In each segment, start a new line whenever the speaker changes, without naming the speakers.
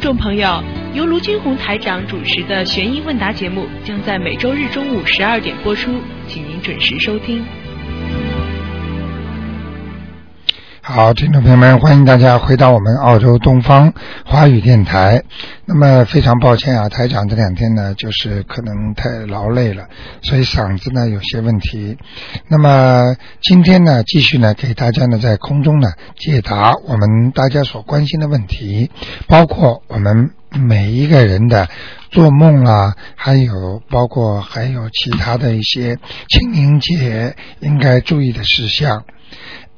众朋友，由卢军红台长主持的悬疑问答节目将在每周日中午十二点播出，请您准时收听。
好，听众朋友们，欢迎大家回到我们澳洲东方华语电台。那么非常抱歉啊，台长这两天呢，就是可能太劳累了，所以嗓子呢有些问题。那么今天呢，继续呢给大家呢在空中呢解答我们大家所关心的问题，包括我们每一个人的做梦啦、还有包括还有其他的一些清明节应该注意的事项。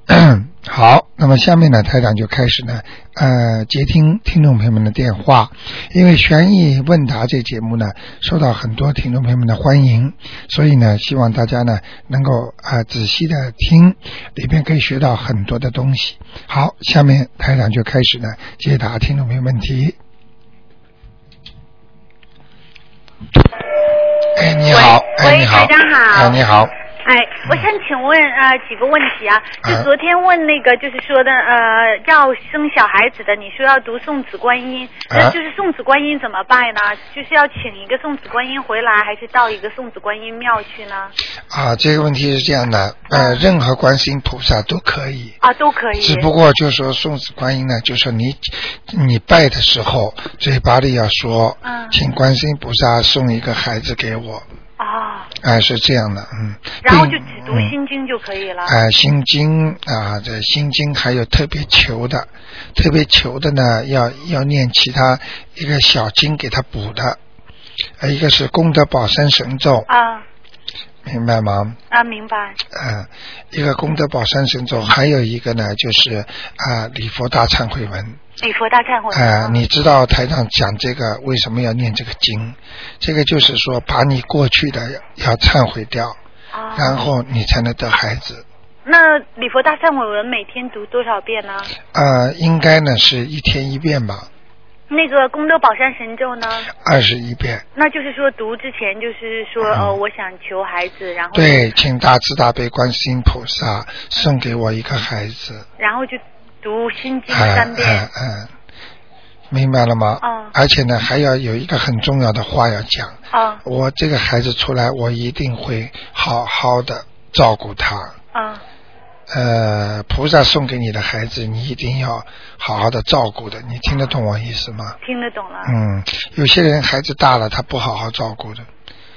好，那么下面呢，台长就开始呢，呃，接听听众朋友们的电话，因为悬疑问答这节目呢，受到很多听众朋友们的欢迎，所以呢，希望大家呢能够啊、呃仔细的听，里边可以学到很多的东西。好，下面台长就开始呢解答听众朋友问题。哎，你好，哎，
喂
你好，
台长好
哎，你好，
哎，我想请问呃几个问题啊，就
啊
昨天问那个就是说的呃要生小孩子的，你说要读送子观音，
啊
那就是送子观音怎么拜呢？就是要请一个送子观音回来，还是到一个送子观音庙去呢？
啊，这个问题是这样的，呃，任何观世音菩萨都可以，
啊，都可以。
只不过就说送子观音呢，就说你你拜的时候，嘴巴里要说，
嗯
请观世音菩萨送一个孩子给我，
啊，
哎、是这样的，嗯，
然后就
并
只读
嗯
心经就可以了。
啊，心经啊，这心经还有特别求的，特别求的呢，要要念其他一个小经给他补的，呃，一个是功德宝山神咒，
啊
明白吗？
啊，明白。
嗯，一个功德宝山神咒，还有一个呢，就是啊、礼佛大忏悔文。
礼佛大忏悔文
啊、
啊。
你知道台上讲这个为什么要念这个经？这个就是说，把你过去的要忏悔掉，
啊，
然后你才能得孩子。
那礼佛大忏悔文每天读多少遍呢？
呃，应该呢是一天一遍吧，
那个功德宝山神咒呢？
二十一遍。
那就是说读之前就是说、呃，我想求孩子，然后
嗯对，请大慈大悲观世音菩萨送给我一个孩子。
然后就读心经
哎
三遍。
哎哎，明白了吗？
嗯
而且呢，还要有一个很重要的话要讲。
啊
我这个孩子出来，我一定会好好的照顾他。
啊
呃，菩萨送给你的孩子，你一定要好好的照顾的。你听得懂我意思吗？
听得懂了。
嗯，有些人孩子大了，他不好好照顾的，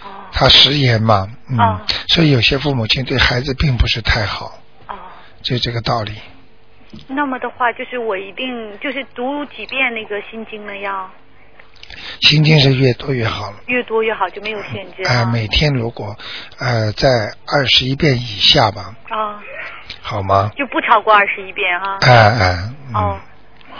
哦
他食言嘛，嗯，
哦
所以有些父母亲对孩子并不是太好，
哦，
就这个道理。
那么的话，就是我一定就是读几遍那个心经呢，要
心经是越多越好了。
越多越好，就没有限制
啊、
啊。
每天如果呃在二十一遍以下吧，
啊，
好吗？
就不超过二十一遍哈、
哎、哎、嗯，
哦，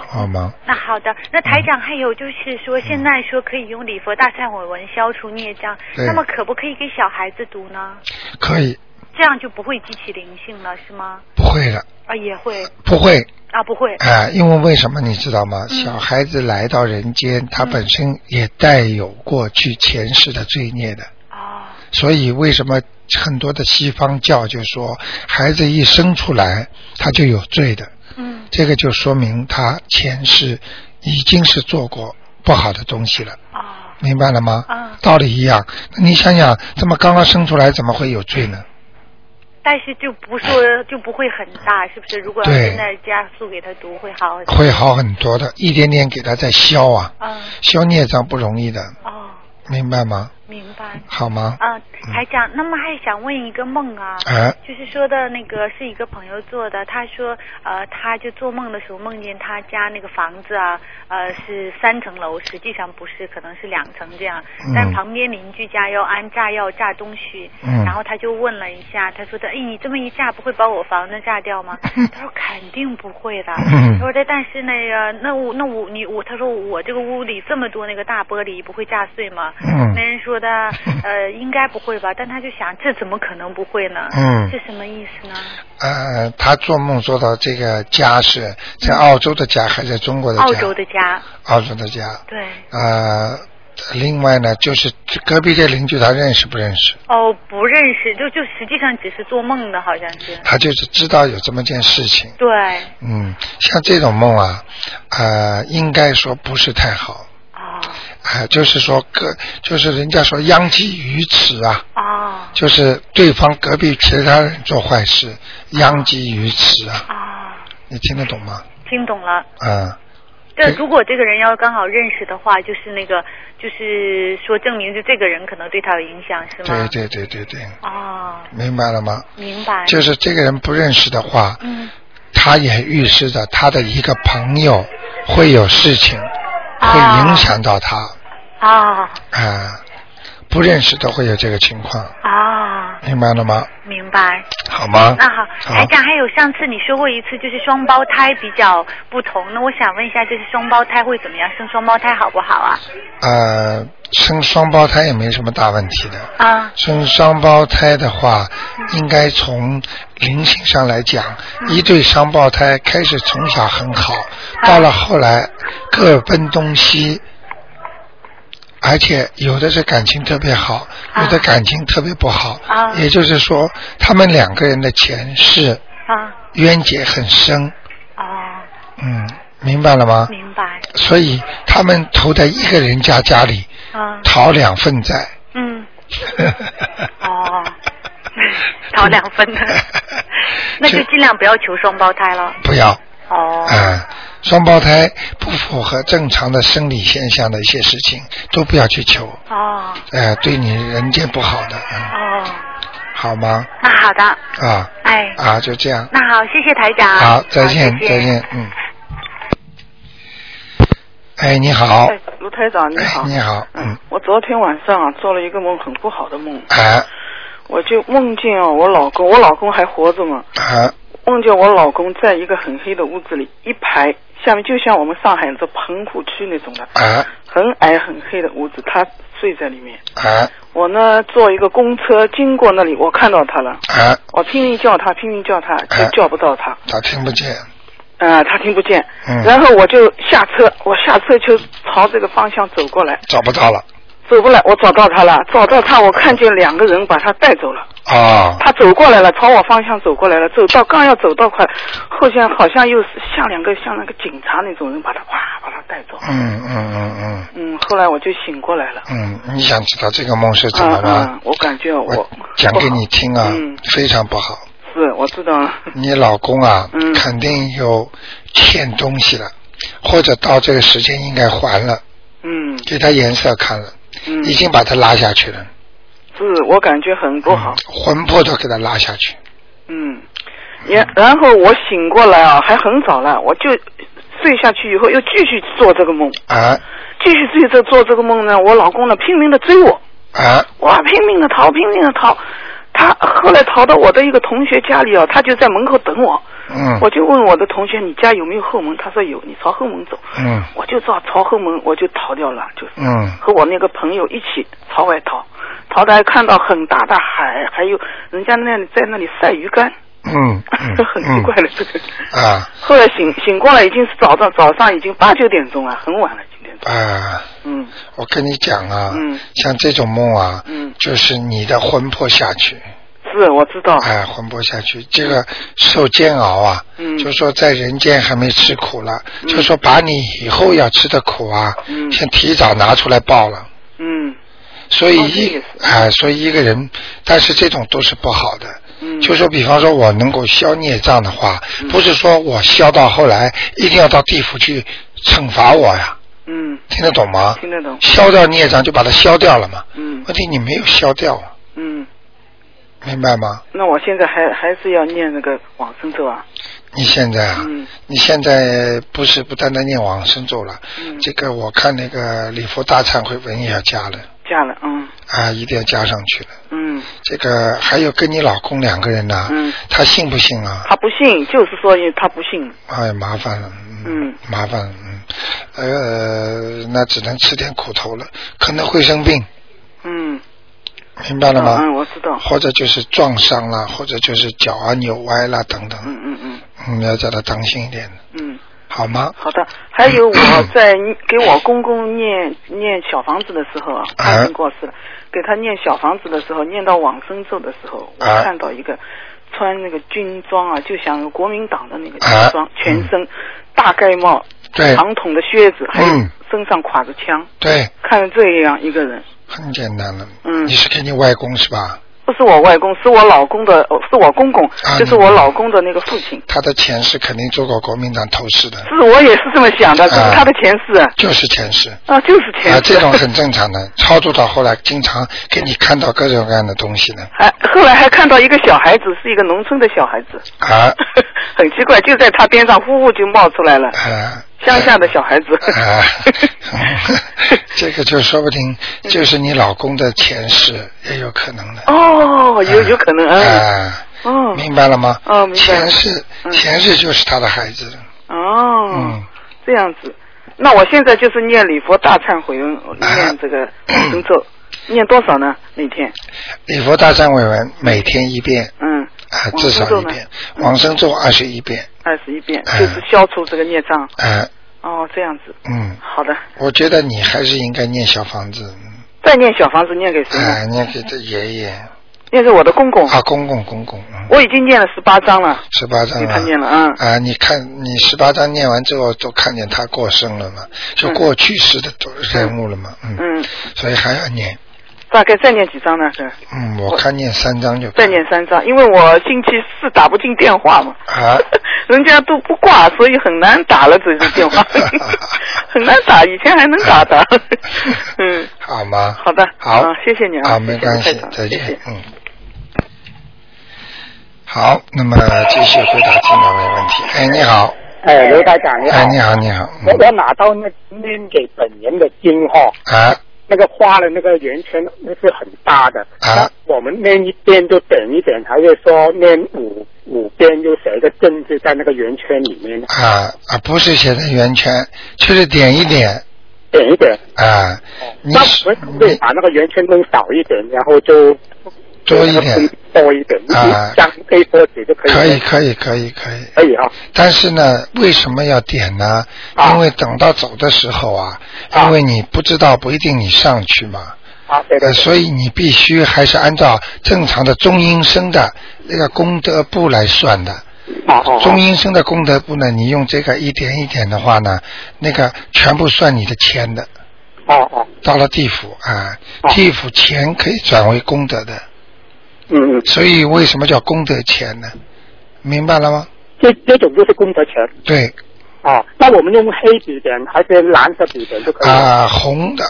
好吗？
那好的。那台长还有就是说，现在说可以用礼佛大忏悔文消除孽障，
对
那么可不可以给小孩子读呢？
可以，
这样就不会激起灵性了，是吗？
不会了，
啊，也会
不会。
啊，不会
啊、因为为什么你知道吗？
嗯
小孩子来到人间，他本身也带有过去前世的罪孽的，
啊、
所以为什么很多的西方教就说，孩子一生出来他就有罪的，
嗯，
这个就说明他前世已经是做过不好的东西了，
啊、
明白了吗？
啊
道理一样。那你想想，这么刚刚生出来，怎么会有罪呢？
但是就不说就不会很大，是不是？如果要
对
现在加速给他读会好很多。
会好很多的，一点点给他在消啊，
嗯，
消孽障不容易的，
哦，
明白吗？
明白。
好吗？嗯
啊，台长，那么还想问一个梦啊，
哎
就是说的那个是一个朋友做的，他说，呃，他就做梦的时候梦见他家那个房子啊，呃，是三层楼，实际上不是，可能是两层这样
嗯，
但旁边邻居家要安炸药炸东西，
嗯
然后他就问了一下，他说的，哎，你这么一炸不会把我房子炸 掉吗？他说肯定不会的，
嗯
他说的，但是那个那我那我你我，他说我这个屋里这么多那个大玻璃不会炸碎吗？
嗯
那人说的，呃，应该不会吧？但他就想，这怎么可能不会呢？
嗯
这什么意思呢？
呃，他做梦做到这个家是在澳洲的家，还是中国的家？
澳洲的家，
澳洲的家，
对，
呃，另外呢，就是隔壁这邻居他认识不认识？
哦，不认识，就就实际上只是做梦的，好像是。
他就是知道有这么件事情。
对。
嗯，像这种梦啊，呃，应该说不是太好。
哦。
啊、就是说隔，就是人家说殃及于此啊，
哦。
就是对方隔壁其他人做坏事，殃及于此啊。
啊、
你听得懂吗？
听懂了。
啊、
这如果这个人要刚好认识的话，就是那个，就是说证明就这个人可能对他有影响，是
对
吗？
对对对对，
哦，
明白了吗？
明白。
就是这个人不认识的话，
嗯，
他也预示着他的一个朋友会有事情，会
啊
影响到他
啊
啊、不认识都会有这个情况，
啊，
明白了吗？
明白。
好吗？
那好，
好
台长，还有上次你说过一次，就是双胞胎比较不同。那我想问一下，就是双胞胎会怎么样？生双胞胎好不好啊？
呃，生双胞胎也没什么大问题的。
啊，
生双胞胎的话，应该从灵性上来讲，一对双胞胎开始从小很好，到了后来各奔东西，而且有的是感情特别好，有的感情特别不好
啊。
也就是说，他们两个人的前世
啊，
冤结很深。
哦，
嗯，明白了吗？
明白。
所以他们投在一个人家家里
啊，
讨两份债。
嗯，哦，讨两分 的，那就尽量不要求双胞胎了。
不要。
哦，
啊，双胞胎不符合正常的生理现象的一些事情都不要去求，
哦，
呃，对你人间不好的，嗯，
哦，
好吗？
那好的，
啊
哎，
啊，就这样，
那好，谢谢台长。
好，再见
好，
再。见，嗯。哎，你好，
哎，卢台长你
哎
好，。
你好，嗯，，
我昨天晚上啊做了一个梦，很不好的梦，
哎
我就梦见哦我老公，我老公还活着嘛，
啊
梦见我老公在一个很黑的屋子里，一排下面就像我们上海这棚户区那种的，
啊
很矮很黑的屋子，他睡在里面。
啊
我呢坐一个公车经过那里，我看到他了，
啊，
我拼命叫他，拼命叫他，
哎
就叫不到他，
他听不见，
呃，他听不见。
嗯，
然后我就下车，我下车就朝这个方向走过来。
找不到了，
走过来，我找到他了，找到他，我看见两个人把他带走了。
哦，
他走过来了，朝我方向走过来了，走到刚要走到快，后像好像又是像两个像那个警察那种人把他哇把他带走。
嗯嗯嗯嗯
嗯，后来我就醒过来了。
嗯，你想知道这个梦是怎
嗯
么吗？
嗯，我感觉
我
我
讲给你听啊
嗯，
非常不好。
是，我知道了。
你老公啊，
嗯
肯定有欠东西了，或者到这个时间应该还了，
嗯
给他颜色看了，
嗯，
已经把他拉下去了，
是我感觉很不好。
嗯魂魄都给他拉下去。
嗯，然然后我醒过来啊，还很早了，我就睡下去以后又继续做这个梦，
啊
继续睡着做这个梦呢，我老公呢拼命的追我。
啊
哇，拼命的逃，拼命的逃。他后来逃到我的一个同学家里哦，他就在门口等我。
嗯
我就问我的同学，你家有没有后门？他说有，你朝后门走。
嗯
我就照朝后门，我就逃掉了，就是
嗯
和我那个朋友一起朝外逃。逃的还看到很大的海，还有人家那里在那里晒鱼干，
嗯
很奇
嗯
怪的这个。
嗯啊
后来醒醒过来已经是早上早上已经八九点钟了，很晚了九点钟。
啊！
嗯
我跟你讲啊
嗯，
像这种梦啊，
嗯，
就是你的魂魄下去，
是我知道。
哎，魂魄下去，这个受煎熬啊，
嗯
就说在人间还没吃苦了，
嗯
就说把你以后要吃的苦啊，
嗯
先提早拿出来报了。
嗯
所以
哦
一
这个
啊
意、
所以一个人，但是这种都是不好的。
嗯。
就说比方说，我能够消孽障的话，
嗯
不是说我消到后来一定要到地府去惩罚我呀，
嗯，
听得懂吗？
听得懂。
消掉孽障就把它消掉了嘛，
嗯
问题你没有消掉啊，
嗯，
明白吗？
那我现在还还是要念那个往生咒啊。
你现在啊，
嗯
你现在不是不单单念往生咒了，
嗯，
这个我看那个礼佛大忏悔文也要加了
嫁了，嗯
啊，一定要加上去了。
嗯
这个还有跟你老公两个人呢、
嗯，
他信不信啊？
他不信，就是说他不信。
哎，麻烦了，
嗯，
麻烦了，嗯，呃，那只能吃点苦头了，可能会生病，
嗯，
明白了吗？
嗯，我知道。
或者就是撞伤了，或者就是脚啊扭歪了等等，
嗯嗯嗯
嗯，要叫他当心一点，
嗯，
好吗？
好的，还 有我在给我公公念念小房子的时候啊，他已经过世了，给他念小房子的时候，念到往生咒的时候，我
啊
看到一个穿那个军装啊，就像国民党的那个
啊
军装，全身大盖帽、
对
长筒的靴子，还有
嗯
身上挎着枪，
对，
看着这样一个人，
很简单了。
嗯
你是给你外公是吧？
不是我外公，是我老公的，哦是我公公，
啊
就是我老公的那个父亲。
他的前世肯定做过国民党头事的，
是我也是这么想的，这啊是他的前世啊，
就是前世。
啊就是前世。
啊，这种很正常的， 超度到后来经常给你看到各种各样的东西呢。
还哎后来还看到一个小孩子，是一个农村的小孩子，
啊，
很奇怪，就在他边上呼呼就冒出来了，
啊，
乡下的小孩子。
啊，这个就说不定
嗯
就是你老公的前世也有可能的。
哦，有有可能，嗯，
啊，
哦，
明白了吗？
哦明白了
前世
嗯
前世就是他的孩子。
哦
嗯，，
这样子。那我现在就是念礼佛大忏悔文，念这个
嗯
神咒，念多少呢？每天，
礼佛大忏悔文每天一遍
嗯，
啊，
往
至
生
少
咒
一
呢嗯
遍，往生咒二十一遍
二十一遍，
嗯
就是消除这个孽障。
啊，
哦，这样子，
嗯，
好的。
我觉得你还是应该念小房子，
再念小房子念给谁
啊，
呢？
念给这爷爷
念给我的公公。
啊，公公公公，嗯。
我已经念了十八章了，
十八章
给他
啊，
念了，嗯。
啊，你看你十八章念完之后，都看见他过生了嘛，就
嗯
过去式的都人物了嘛，嗯，
嗯，
所以还要念，
大概再念几张呢？是
嗯，我看念三章就
再念三张，因为我星期四打不进电话嘛，
啊，
人家都不挂，所以很难打了这支 电话，很难打，以前还能打的。嗯，
好吗？
好的，
好
啊，谢谢你啊，
啊，没关系
谢谢，台长
再见，
谢谢
嗯。好，那么继续回答听众的问题。
嗯
哎，你好，
哎，刘台
啊
长你好，
哎，你好，你好，
我
嗯
我拿到那念给本人的经哈，
啊
那个画的那个圆圈那是很大的，
啊
那我们念一遍就等一等，还是说念五五遍就写一个正字在那个圆圈里面，
啊啊，不是写的圆圈，就是点一点
等一等，
啊，你
那
是
我们会把那个圆圈弄少一点，然后就
多一点，
多一点，
啊
一张 A4 纸就可以，
可以，可以，可以，可以。
可以啊，
但是呢，为什么要点呢？
啊
因为等到走的时候啊，
啊
因为你不知道不一定你上去嘛，
啊，对对
呃，所以你必须还是按照正常的中阴身的那个功德簿来算的。
对，好好
中阴身的功德簿呢，你用这个一点一点的话呢，那个全部算你的钱的。
哦哦，
到了地府啊，
哦
地府钱可以转为功德的，
嗯嗯，
所以为什么叫功德钱呢？明白了吗？
这这种就是功德钱。
对
哦，那我们用黑笔点还是蓝色笔点就可以了？
啊、红的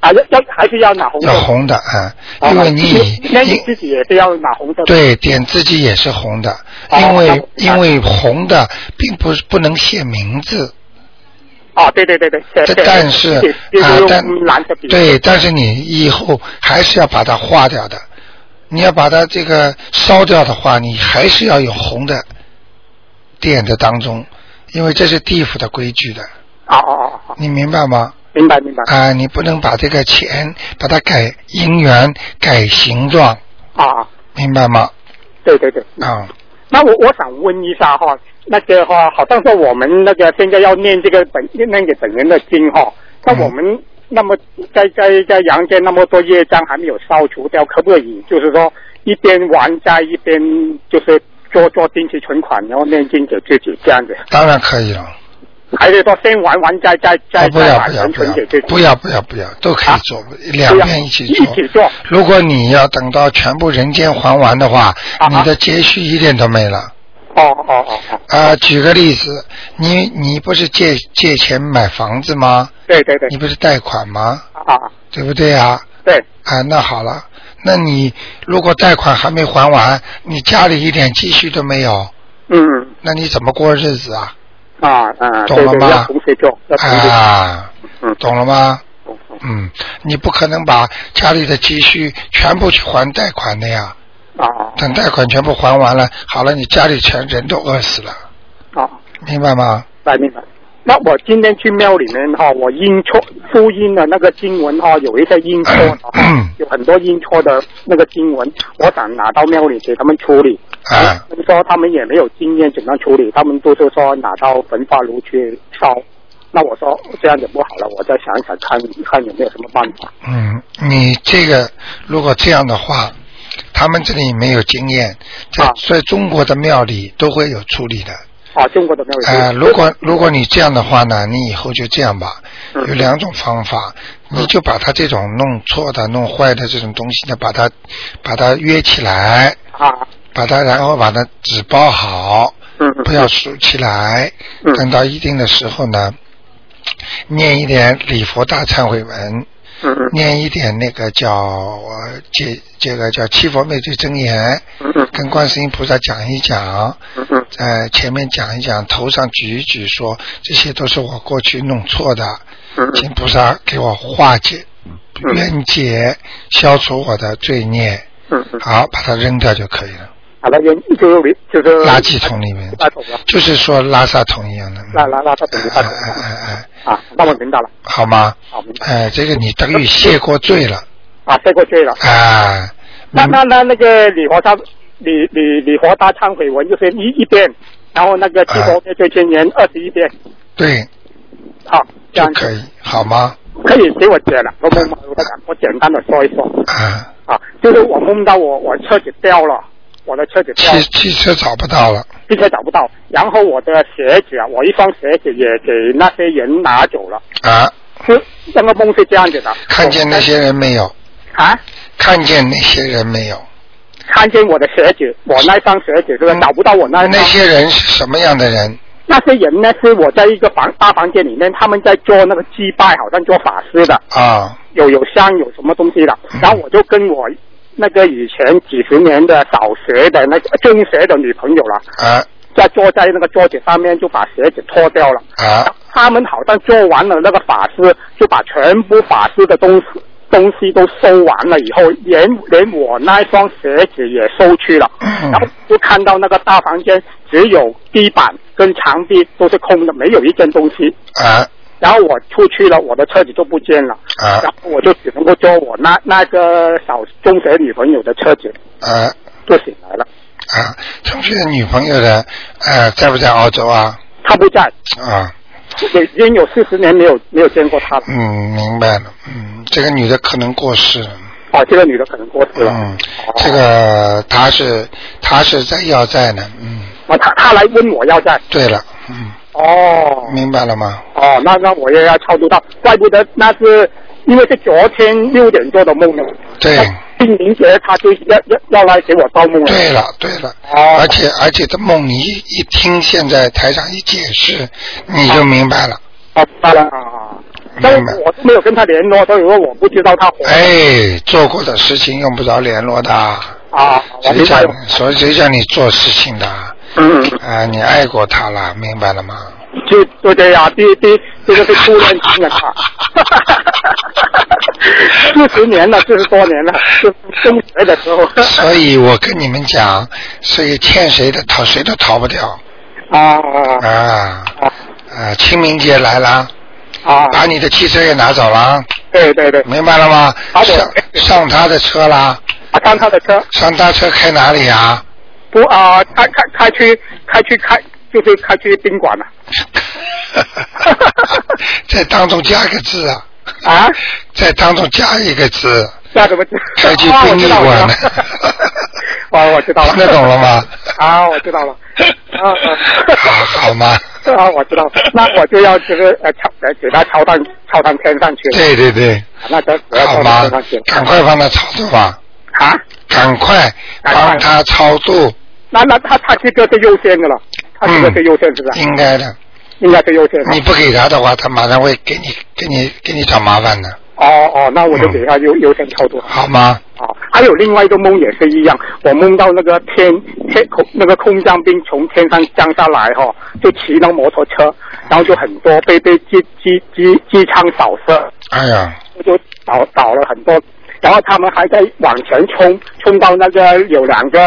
啊，要要还是要拿红色？
要红的啊，
哦，
因为你以
那你
因
自己也是要拿红色笔？
对点自己也是红的，
哦
因为
那
因为红的并不是不能写名字，
哦，对对对对，对
但
对
但是
对就
啊
是
但
用蓝色笔。
对，但是你以后还是要把它划掉的。你要把它这个烧掉的话，你还是要有红的点的当中，因为这是地府的规矩的，
哦哦哦哦，
你明白吗？
明白明白。
啊，你不能把这个钱把它改姻缘、改形状，
啊，啊
明白吗？
对对对。
啊、
那我我想问一下哈，那个哈，好像说我们那个现在要念这个本念给本人的经哈，那
嗯
我们那么在在在阳间那么多业障还没有消除掉，可不可以就是说一边玩债一边就是做做定期存款，然后念经给自己这样子？
当然可以了。
还是说先玩玩债再
啊
再
不
再
要
把
不要不
钱存
要
给自己？
不要不要不要，都可以
啊
做，两边一起做
一。起做
如果你要等到全部人间还完的话，
啊
你的结蓄一点都没了。
哦哦哦哦，
啊、举个例子，你你不是借借钱买房子吗？
对对对
你，不是贷款吗？
啊啊
对不对啊？
对，
啊，那好了，那你如果贷款还没还完，你家里一点积蓄都没有，
嗯
那你怎么过日子啊？
啊啊，
懂
对
了
对，
吗
要同时做，要同时做，
啊，
嗯
懂了吗？
嗯嗯
嗯，你不可能把家里的积蓄全部去还贷款的呀。
啊啊
等贷款全部还完了，好了，你家里全人都饿死了，
啊，
明白吗？
明白明白。那我今天去庙里面哈，我印错复印的那个经文哈，有一些 印错的
嗯
哈，有很多印错的那个经文，我想拿到庙里给他们处理。
啊，
他们说他们也没有经验怎样处理，他们都是说拿到焚化炉去烧。那我说这样就不好了，我再想一想看看有没有什么办法。
嗯，你这个如果这样的话，他们这里没有经验，在
啊
在中国的庙里都会有处理的。
啊，中国的庙里面。
呃，如果如果你这样的话呢，你以后就这样吧。
嗯
有两种方法，你就把它这种弄错的、弄坏的这种东西呢，把它把它约起来，
啊，
把它然后把它纸包好，
嗯，
不要竖起来。
嗯
等到一定的时候呢，念一点礼佛大忏悔文，
嗯嗯
念一点那个叫呃这这个叫七佛灭罪真言，
嗯嗯
跟观世音菩萨讲一讲。
嗯嗯
在前面讲一讲，头上举一举说，这些都是我过去弄错的，
嗯
请菩萨给我化解、
嗯
冤结，消除我的罪孽。
嗯嗯，
好，把它扔掉就可以了，
好了，原就是就是
垃圾桶里面，
拉走了，
就是说拉萨桶一样的。
拉拉拉到等于
哎
拉走
哎哎哎，
啊，那我明白了，
好吗？
好明白
哎，这个你等于谢过罪了
啊，这过去了。
啊。
那
嗯
那那那个礼佛大礼礼礼佛大忏悔文就是一一遍，然后那个七佛灭罪真言二十一遍，
对
好，这
就
样
可以，好吗？
可以给我解了。我梦我讲，我简单的说一说
啊，
啊，就是我梦到我我车子掉了，我的车子掉
汽
了，
汽车找不到了，
汽车找不到，然后我的鞋子啊，我一双鞋子也给那些人拿走了。
啊，
是那个梦是这样子的，
看见那些人没有？
我啊，
看见那些人没有？
看见我的鞋子，我那双鞋子就是找不到我那
嗯那些人是什么样的人？
那些人呢，是我在一个房大房间里面，他们在做那个祭拜，好像做法师的，
啊
有有香，有什么东西的。
嗯
然后我就跟我那个以前几十年的小学的那个中学的女朋友了，
啊
在坐在那个桌子上面，就把鞋子脱掉了。
啊！
他们好像做完了那个法师，就把全部法师的东西东西都收完了以后，连连我那一双鞋子也收去了。
嗯
然后就看到那个大房间只有地板跟墙壁都是空的，没有一件东西。
啊
然后我出去了，我的车子就不见了。
啊
然后我就只能够坐我那那个小中学女朋友的车子
啊
就醒来了。
啊！同学的女朋友的，呃，在不在澳洲啊？
她不在，
啊，
已经有四十年没有没有见过她了。
嗯，明白了，嗯，这个女的可能过世了，
哦，这个女的可能过世了。
嗯，
哦
这个她是她是在要债呢，嗯，
哦，他他来问我要债。
对了，嗯，
哦
明白了吗？
哦，那那我也要超度到，怪不得那是因为是昨天六点做的梦呢。
对。
清明节他就要要要来给我报梦了。
对了，对了，
哦
而且而且这梦你一一听，现在台上一解释，你就明白了。
哦，当然啊。但
明白
是我都没有跟他联络，所以说我不知道他活
哎，做过的事情用不着联络的，
啊，我
谁
明
叫
白了。
你谁谁叫你做事情的？啊、
嗯，
你爱过他了，明白了吗？
就就这样，第第这个是初恋情人啊，四十年了，四十多年了，是中学的时候
所以我跟你们讲，所以欠谁的逃谁都逃不掉
啊
啊
啊
啊！清明节来了，
啊！
把你的汽车也拿走了，
对对对，
明白了吗？
好的
上上他的车啦，
啊，看他的车。
上他车开哪里啊？
不啊、开开开去开去开就是开去宾馆了
在当中加个字啊，
啊，
在当中加一个字，
那怎么知
开去
啊
宾馆了
我知道我知道哦，我知道了，
听得懂了吗？
啊，我知道了，啊
好
啊，
好吗？
啊，我知道了，那我就要就是呃超呃给他超上超上天上去了，
对对对，
那就我要
好
超上
吗
天上去了？
赶快帮他操作吧，
啊，
赶快帮他操作，
哎那那他他这个是优先的了，他这个是优先是不是？
嗯应该的。
应该是优先的。
你不给他的话，他马上会给你给你给你找麻烦的，
哦哦，那我就给他优优先超度。
嗯好吗？
哦，还有另外一个梦也是一样，我梦到那个天天空那个空降兵从天上降下来哈、哦，就骑那摩托车，然后就很多被被机机机机枪扫射，
哎呀，
就倒倒了很多，然后他们还在往前冲，冲到那个有两个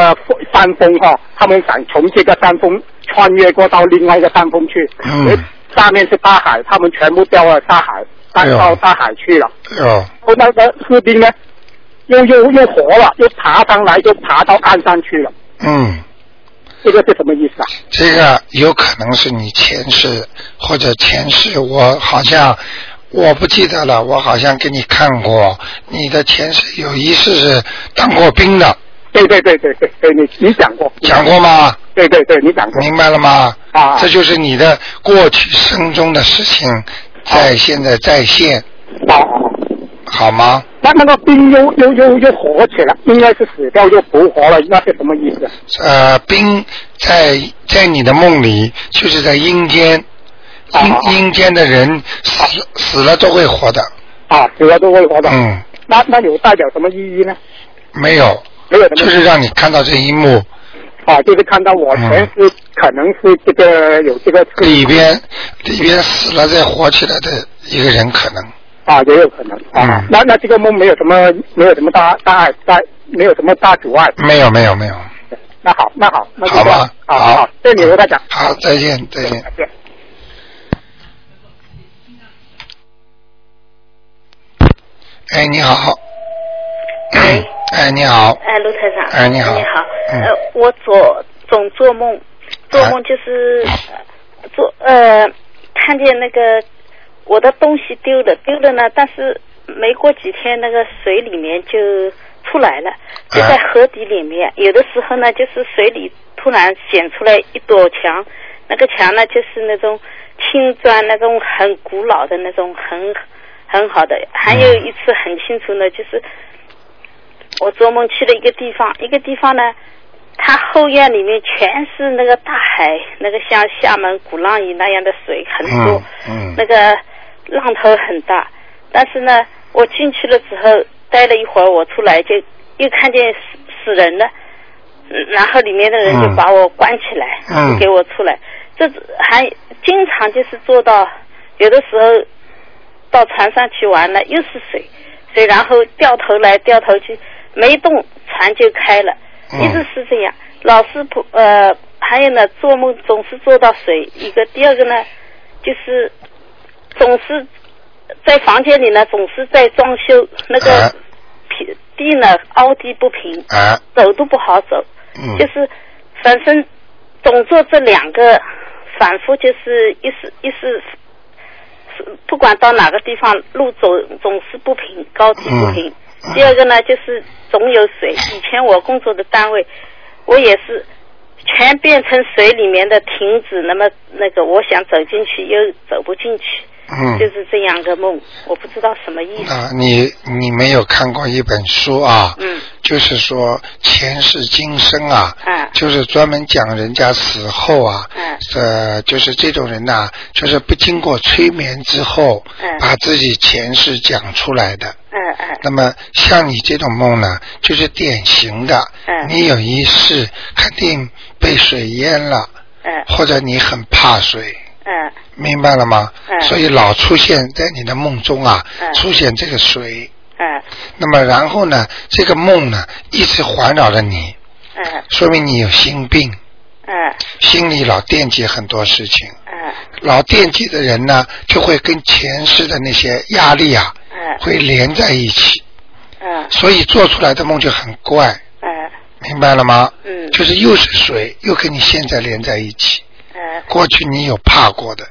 山峰哈、哦，他们想从这个山峰穿越过到另外一个山峰去，
嗯
结下面是大海，他们全部掉到大海，大
哎呦
到大海去了。
哦，
后那个士兵呢，又又又活了，又爬上来，又爬到岸上去了。
嗯，
这个是什么意思啊？
这个有可能是你前世或者前世，我好像我不记得了，我好像给你看过，你的前世有一世是当过兵的，
对对对对对对，你你讲过，
讲过吗？
对对对，你讲过
明白了吗？
啊
这就是你的过去生中的事情，在现在再现，
哦。
好吗？
那那个兵又又又又活起来，应该是死掉又复活了，那是什么意思？啊
呃，兵在在你的梦里，就是在阴间，
啊
阴阴间的人死死了都会活的，
啊，死了都会活的。
嗯，
那那有代表什么意义呢？
没有，
没有什么意义，
就是让你看到这一幕嗯
啊，就是看到我前世可能是这个有这个
里边里边死了再活起来的一个人可能，
啊，也有可能啊。
嗯
那那这个梦没有什么没有什么大大碍大没有什么大阻碍。
没有没有没有，
那好，那好，那就
好
这样
吧，
好好，谢谢你，罗大讲。
好，再见再见。
再见。
哎，你好。哎，你好。
哎，卢台长。
哎你好
你好。
嗯
呃，我做总做梦，做梦就是、呃做呃，看见那个我的东西丢了，丢了呢，但是没过几天，那个水里面就出来了，就在河底里面。有的时候呢，就是水里突然显出来一朵墙，那个墙呢，就是那种青砖，那种很古老的那种很。很好的，还有一次很清楚呢，就是我做梦去了一个地方，一个地方呢，它后院里面全是那个大海，那个像厦门鼓浪屿那样的水很多
嗯，嗯
那个浪头很大。但是呢，我进去了之后，待了一会儿，我出来就又看见死死人了，嗯然后里面的人就
嗯
把我关起来，
嗯
不给我出来。这还经常就是做到，有的时候到船上去玩了，又是水，水然后掉头来掉头去，没动船就开了，
嗯
一直是这样。老是不呃，还有呢，做梦总是做到水一个，第二个呢，就是总是在房间里呢，总是在装修，那
哎
个平地呢凹地不平，
啊
哎，
走都不好走。
嗯，
就是反正总做这两个，反复就是一是一是，是不管到哪个地方，路走总是不平，高低不平。
嗯
第二个呢，就是总有水。以前我工作的单位，我也是全变成水里面的亭子，那么那个我想走进去又走不进去，
嗯，
就是这样个梦，我不知道什么意思。
啊，你你没有看过一本书啊？
嗯，
就是说前世今生啊，
嗯
就是专门讲人家死后啊，
嗯
呃，就是这种人呐、就是不经过催眠之后，
嗯
把自己前世讲出来的。
嗯嗯
那么像你这种梦呢，就是典型的，
嗯
你有一世肯定被水淹了，
嗯
或者你很怕水，
嗯
明白了吗？
嗯
所以老出现在你的梦中啊，
嗯
出现这个水。
嗯
那么然后呢，这个梦呢一直环绕着你，
嗯
说明你有心病，
嗯
心里老惦记很多事情。
嗯
老惦记的人呢，就会跟前世的那些压力啊，
嗯
会连在一起，
嗯
所以做出来的梦就很怪，
嗯
明白了吗？
嗯
就是又是水，又跟你现在连在一起。
嗯
过去你有怕过的，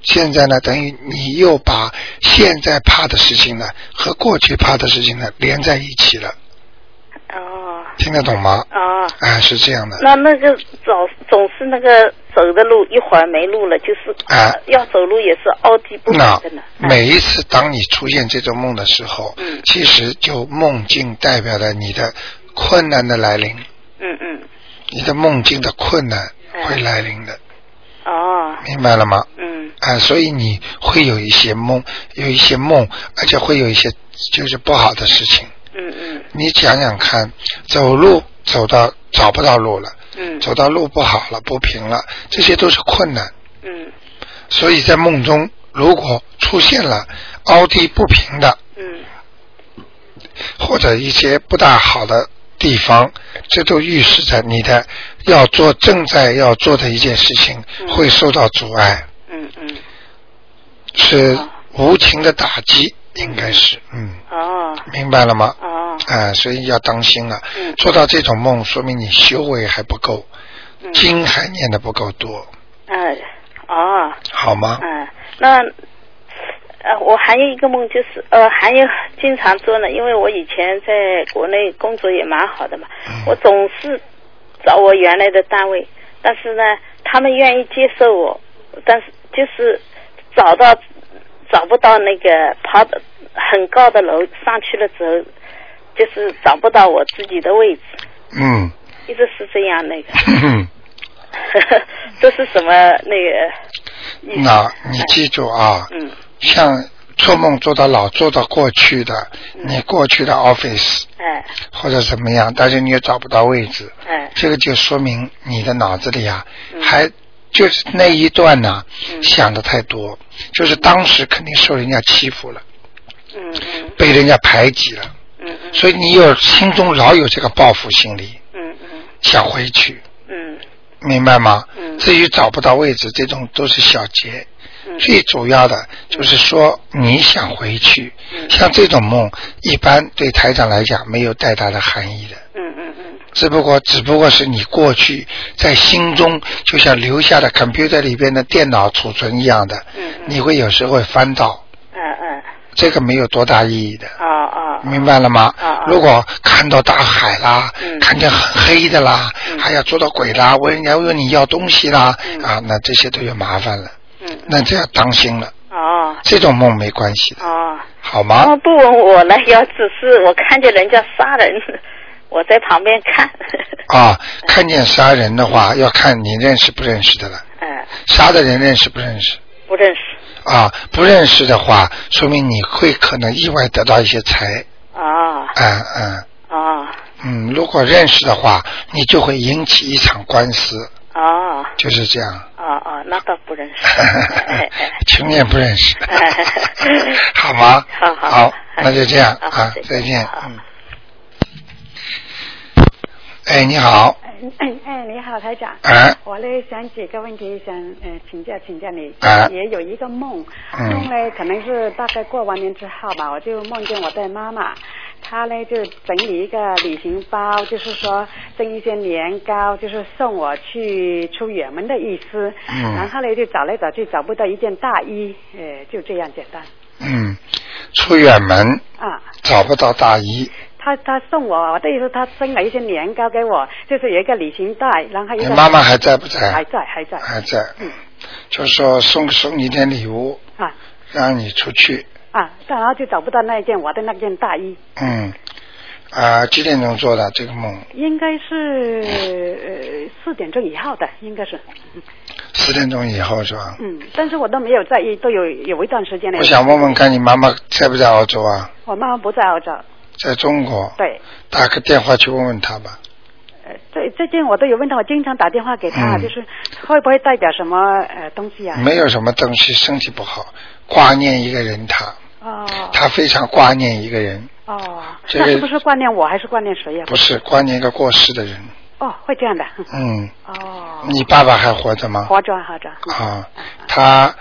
现在呢，等于你又把现在怕的事情呢和过去怕的事情呢连在一起了，
哦
听得懂吗？
哦。
啊，是这样的。
那那个总总是那个走的路一会儿没路了，就是、呃
啊
要走路也是凹地不平
那
的呢。嗯
每一次当你出现这种梦的时候，
嗯
其实就梦境代表了你的困难的来临，
嗯嗯，
你的梦境的困难会来临的，
哦，
明白了吗？
嗯
啊，所以你会有一些梦，有一些梦，而且会有一些就是不好的事情。
嗯嗯
你想想看，走路走到找不到路了，
嗯
走到路不好了，不平了，这些都是困难。
嗯
所以在梦中，如果出现了凹地不平的，
嗯
或者一些不大好的地方，这都预示着你的要做正在要做的一件事情
嗯
会受到阻碍。
嗯嗯
是无情的打击，应该是，嗯。
哦。
明白了吗？
哦。
啊、所以要当心了。
嗯
做到这种梦，说明你修为还不够，
嗯
经还念的不够多，
呃，哦，
好吗？
嗯，那呃，我还有一个梦，就是呃，还有经常做呢，因为我以前在国内工作也蛮好的嘛，
嗯
我总是找我原来的单位，但是呢，他们愿意接受我，但是就是找到找不到那个爬的很高的楼上去了之后，就是找不到我自己的位置，
嗯，
一直是这样那个， 这是什么那个？
那你记住啊，
嗯
像做梦做到老，做到过去的，你过去的 office
嗯哎
或者怎么样，但是你也找不到位置，
哎嗯
这个就说明你的脑子里啊，还就是那一段呢、想的太多，就是当时肯定受人家欺负了，
嗯嗯
被人家排挤了，
嗯嗯
所以你有心中老有这个报复心理，
嗯嗯
想回去，
嗯
明白吗？
嗯
至于找不到位置，这种都是小节。
嗯
最主要的就是说你想回去，
嗯
像这种梦，一般对台长来讲没有太大的含义的，
嗯嗯嗯
只不过只不过是你过去在心中就像留下的 computer 里边的电脑储存一样的，你会有时候会翻到，
嗯嗯，
这个没有多大意义的。
哦哦，
明白了吗
啊嗯啊？
如果看到大海啦，看见很黑的啦，
嗯
还要捉到鬼啦，问人家问你要东西啦，啊，那这些都有麻烦了，
嗯
那这要当心了。
哦
这啊种梦没关系的，
哦，
好
他
吗
们？不问我了，要只是我看见人家杀人， 我在旁边看，
啊，看见杀人的话，要看你认识不认识的了。
哎，
杀的人认识不认识？
不认识，
啊，不认识的话，说明你会可能意外得到一些财。
哦
嗯嗯
哦
嗯，如果认识的话，你就会引起一场官司，
哦
就是这样。
哦哦，那倒不认识，哎哎
情也不认识，
哎，
好吗？
好好
那就这样
好
啊
再，
再
见
见。嗯。哎，你好，
哎哎，你好，台长。
哎
我呢想几个问题想呃请教请教你。
哎
也有一个梦，
嗯
梦呢可能是大概过完年之后吧，我就梦见我的妈妈，她呢就整理一个旅行包，就是说蒸一些年糕，就是送我去出远门的意思。
嗯
然后呢就找来找去找不到一件大衣，呃就这样简单。
嗯，出远门
啊，
找不到大姨，
她她送我，我的意思她蒸了一些年糕给我，就是有一个旅行袋，然后一
你
个。
妈妈还在不在？啊
还在还在。
还在
嗯，
就说送送你点礼物，
啊
让你出去。
啊，然后就找不到那一件我的那件大衣，
嗯，啊，几点钟做的这个梦？
应该是呃四点钟以后的，应该是，
十点钟以后是吧？
嗯，但是我都没有在意，都有有一段时间了。
我想问问，看你妈妈在不在澳洲啊？
我妈妈不在澳洲，
哦在中国，
对，
打个电话去问问她吧。
呃，最最近我都有问她，我经常打电话给她，
嗯
就是会不会代表什么呃东西啊？
没有什么东西，身体不好，挂念一个人他，
哦
他非常挂念一个人，
哦，
这个
那是不是挂念我还是挂念谁呀、
不是挂念一个过世的人。
哦，会这样的，
嗯，
哦，
你爸爸还活着吗？
活着活着，
啊，他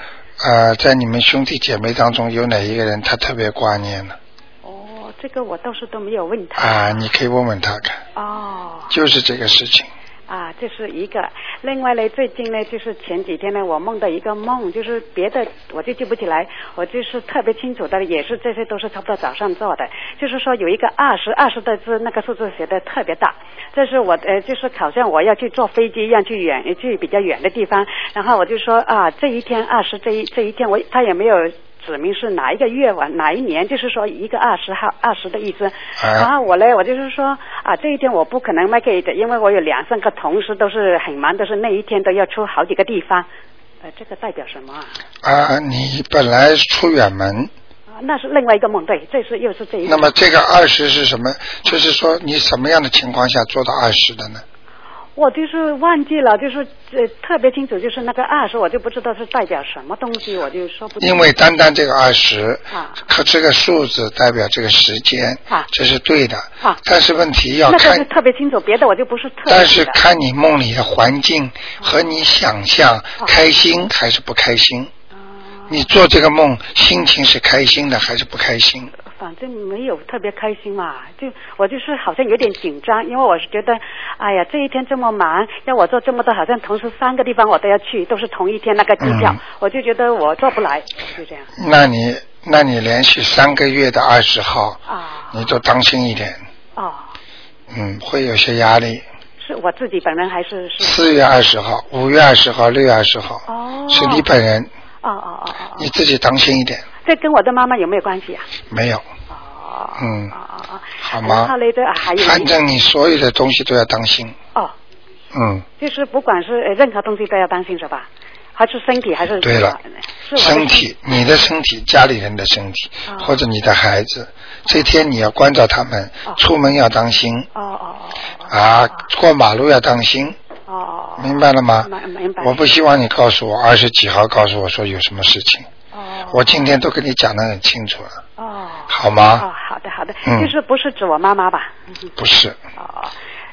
呃，在你们兄弟姐妹当中有哪一个人他特别挂念呢？
哦，这个我倒是都没有问她。
啊，你可以问问他看，
哦。
就是这个事情。
啊，这是一个。另外呢，最近呢，就是前几天呢，我梦到一个梦，就是别的我就记不起来，我就是特别清楚的，也是这些都是差不多早上做的。就是说有一个二十二十的字，那个数字写的特别大，这是我呃，就是好像我要去坐飞机一样去远去比较远的地方，然后我就说啊，这一天二十这一这一天我他也没有。指明是哪一个月晚哪一年，就是说一个二十号二十的意思。
哎
然后我嘞，我就是说啊，这一天我不可能卖给的，因为我有两三个同事都是很忙，都是那一天都要出好几个地方。呃，这个代表什么啊？
啊，你本来出远门，
啊那是另外一个梦，对，这是又是这一个。
那么这个二十是什么？就是说你什么样的情况下做到二十的呢？
我就是忘记了，就是呃特别清楚，就是那个二十，我就不知道是代表什么东西，我就说不清楚。
因为单单这个二十
啊，
可这个数字代表这个时间
啊，
这是对的
啊。
但是问题要
那个是
看，
特别清楚，别的我就不是特别嗯
但是
记得
看你
嗯
梦里的环境和你想象开心还是不开心。你做这个梦心情是开心的还是不开心？
反正没有特别开心嘛，就我就是好像有点紧张，因为我是觉得，哎呀，这一天这么忙，要我做这么多，好像同时三个地方我都要去，都是同一天那个机票，
嗯
我就觉得我做不来，就这样
那你那你连续三个月的二十号，
啊
你都当心一点，
哦，
嗯，会有些压力。
是我自己本人还是是
四月二十号、五月二十号、六月二十号、
哦
是你本人，
哦哦哦哦，
你自己当心一点，
这跟我的妈妈有没有关系啊？
没有，
哦
嗯，
哦哦哦，
好
然
吗
后？嘞，这啊还有一
反正你所有的东西都要当心，
哦，
嗯，
就是不管是呃任何东西都要担心是吧？还是身体还是
对了，
是我的
身体、你的身体、家里人的身体，
哦
或者你的孩子，这天你要关照他们，出门要当心
啊哦哦
啊，过马路要当心，
哦哦
明白了吗
哦，？明明白
我不希望你告诉我二十几号告诉我说有什么事情，我今天都跟你讲的很清楚了，
哦
好吗？
哦，好的好的，
嗯
就是不是指我妈妈吧？嗯哼
不是，
哦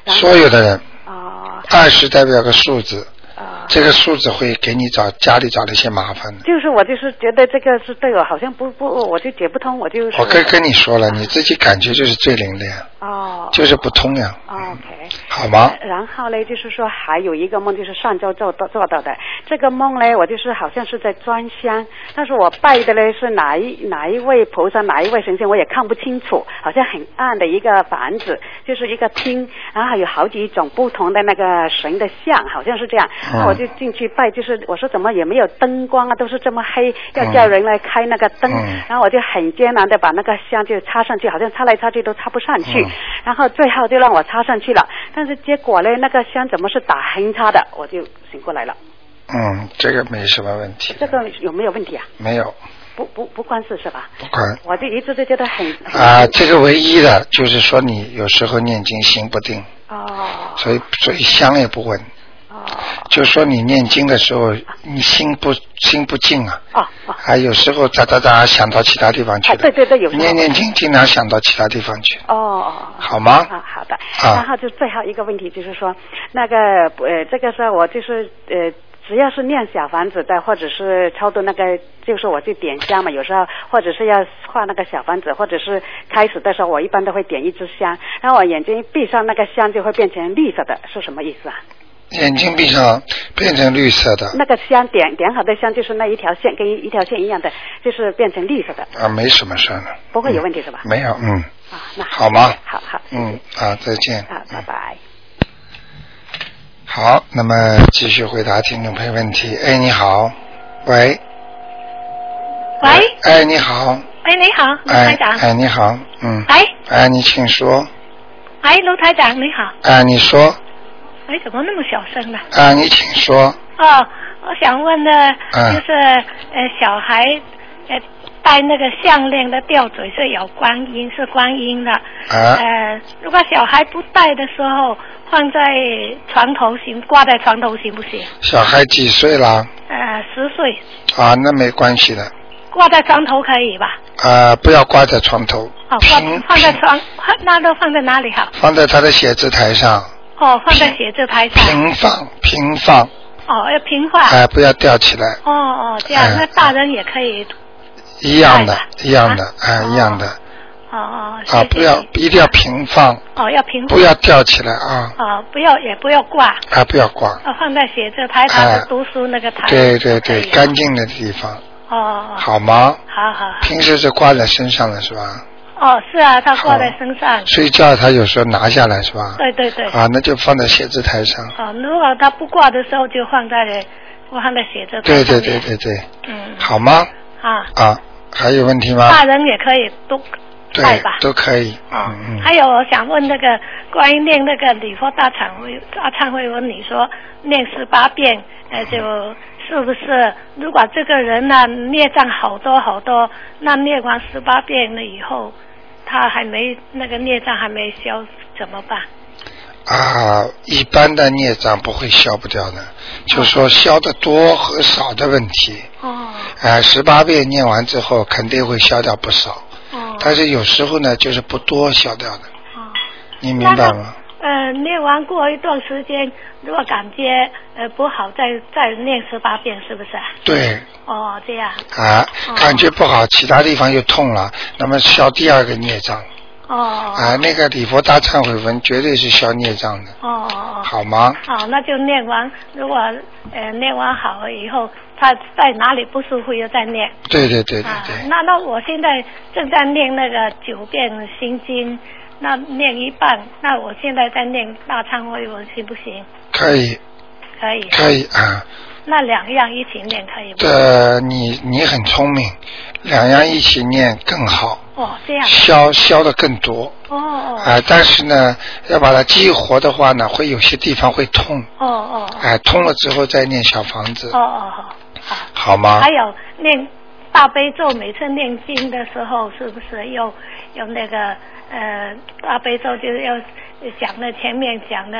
然后
所有的人，
哦
二十代表个数字，
哦，
这个数字会给你找家里找了一些麻烦的。
就是我就是觉得这个是对我好像不不，我就解不通，我就是
我跟跟你说了，你自己感觉就是最灵的呀，
哦
就是不通呀，
OK。
好吗？
然后呢，就是说还有一个梦，就是上周做到做到的。这个梦呢，我就是好像是在装香，但是我拜的呢是哪一哪一位菩萨，哪一位神仙，我也看不清楚，好像很暗的一个房子，就是一个厅，然后有好几种不同的那个神的像，好像是这样。
嗯
那我就进去拜，就是我说怎么也没有灯光啊，都是这么黑，要叫人来开那个灯，
嗯
然后我就很艰难的把那个香就插上去，好像插来插去都插不上去。
嗯
然后最后就让我插上去了，但是结果呢，那个香怎么是打横插的，我就醒过来了。
嗯，这个没什么问题，
这个有没有问题啊？
没有
不不不关事是吧？
不管
我就一直都觉得很
啊，这个唯一的就是说你有时候念经心不定，
哦
所以所以香也不稳，
哦
就说你念经的时候你心不心不静啊，
哦哦
还有时候咋咋咋想到其他地方去
哎
了
对，对对，有时候
念念经经常想到其他地方去，
哦哦哦。
好吗？
啊，好的。
啊
然后就最后一个问题就是说，那个呃，这个时候我就是呃。只要是念小房子的，或者是超度那个，就是我去点香嘛，有时候或者是要画那个小房子，或者是开始的时候，我一般都会点一支香，然后我眼睛一闭上，那个香就会变成绿色的，是什么意思啊？
眼睛闭上变成绿色的
那个香点点好的香就是那一条线跟一条线一样的，就是变成绿色的，
啊，没什么事儿了，
不会有问题是吧？
没有，嗯，
啊，那
好吗？
好好，谢谢
嗯，啊，再见。
啊，拜拜。
好，那么继续回答听众朋友问题。哎，你好，喂，
喂，
哎，你
嗯
好，
喂，你好，卢
哎
台，长。
哎，你好，嗯，
喂，
哎，你请说，
喂，哎卢台长，你好。
哎，你说，
哎，怎么那么小声呢？
啊，你请说，
哦，我想问呢，
嗯
就是呃，小孩呃戴那个项链的吊坠是有观音，是观音的。
啊
呃，如果小孩不戴的时候，放在床头行，挂在床头行不行？
小孩几岁啦？
呃，十岁
啊，那没关系的，
挂在床头可以吧？
啊，不要挂在床头，
哦，挂
平
放在床，那都放在哪里好？
放在他的写字台上，
哦，放在写字台上。
平放，平放，
哦，要平
啊
放。
哎，不要吊起来，
哦哦，这样
哎
那大人也可以，
一样的
哎，
一样
啊
的，哎，一样的，
哦哦，谢
啊，
谢
不要
你
一定要平放，
哦要平
不要吊起来啊，
哦不要也不要挂，
啊，不要挂，
哦放在写字台上
哎
的读书那个台，
对对对
可，以
干净的地方，
哦哦，
好吗？
好好好
平时是挂在身上的是吧？
哦是啊，他挂在身上，
睡觉他有时候拿下来是吧？
对对对，
啊，那就放在写字台上。
哦如果他不挂的时候就放在放在写字台
对
上
对
面，
对对对，
嗯
好吗？
啊，
啊，还有问题吗？
大人也可以都带
啊对
吧，。
都可以。
哦
嗯，嗯。
还有我想问那个关于念那个礼佛大忏悔大忏悔文，你说念十八遍，呃，就是不是如果这个人呢孽障好多好多，那念完十八遍了以后，他还没那个孽障还没消怎么办？
啊，一般的孽障不会消不掉的，就说消的多和少的问题。
哦
啊，十八遍念完之后肯定会消掉不少，
哦
但是有时候呢，就是不多消掉的，
哦，
你明白
那
吗？
呃，念完过一段时间，如果感觉呃不好，再再念十八遍，是不是啊？
对，
哦，这样。
啊，
哦
感觉不好，其他地方又痛了，那么消第二个孽障
哦
啊，那个礼佛大忏悔文绝对是消孽障的，
哦哦。
好吗？
好，那就念完，如果呃念完好了以后，他在哪里不舒服又再念。
对对对对
啊
对，，
那那我现在正在念那个九遍心经，那念一半，那我现在在念大忏悔文行不行？
可以
可以。
可以。啊。
那两样一起念可以吗？
这你你很聪明，两样一起念更好，
哦，这样。
消消的更多
哦哦
啊、但是呢，要把它激活的话呢，会有些地方会痛，
哦哦
哎、痛了之后再念小房子，
哦哦好。
好吗
还？有念大悲咒，每次念经的时候，是不是要要那个呃大悲咒，就是要讲的前面讲的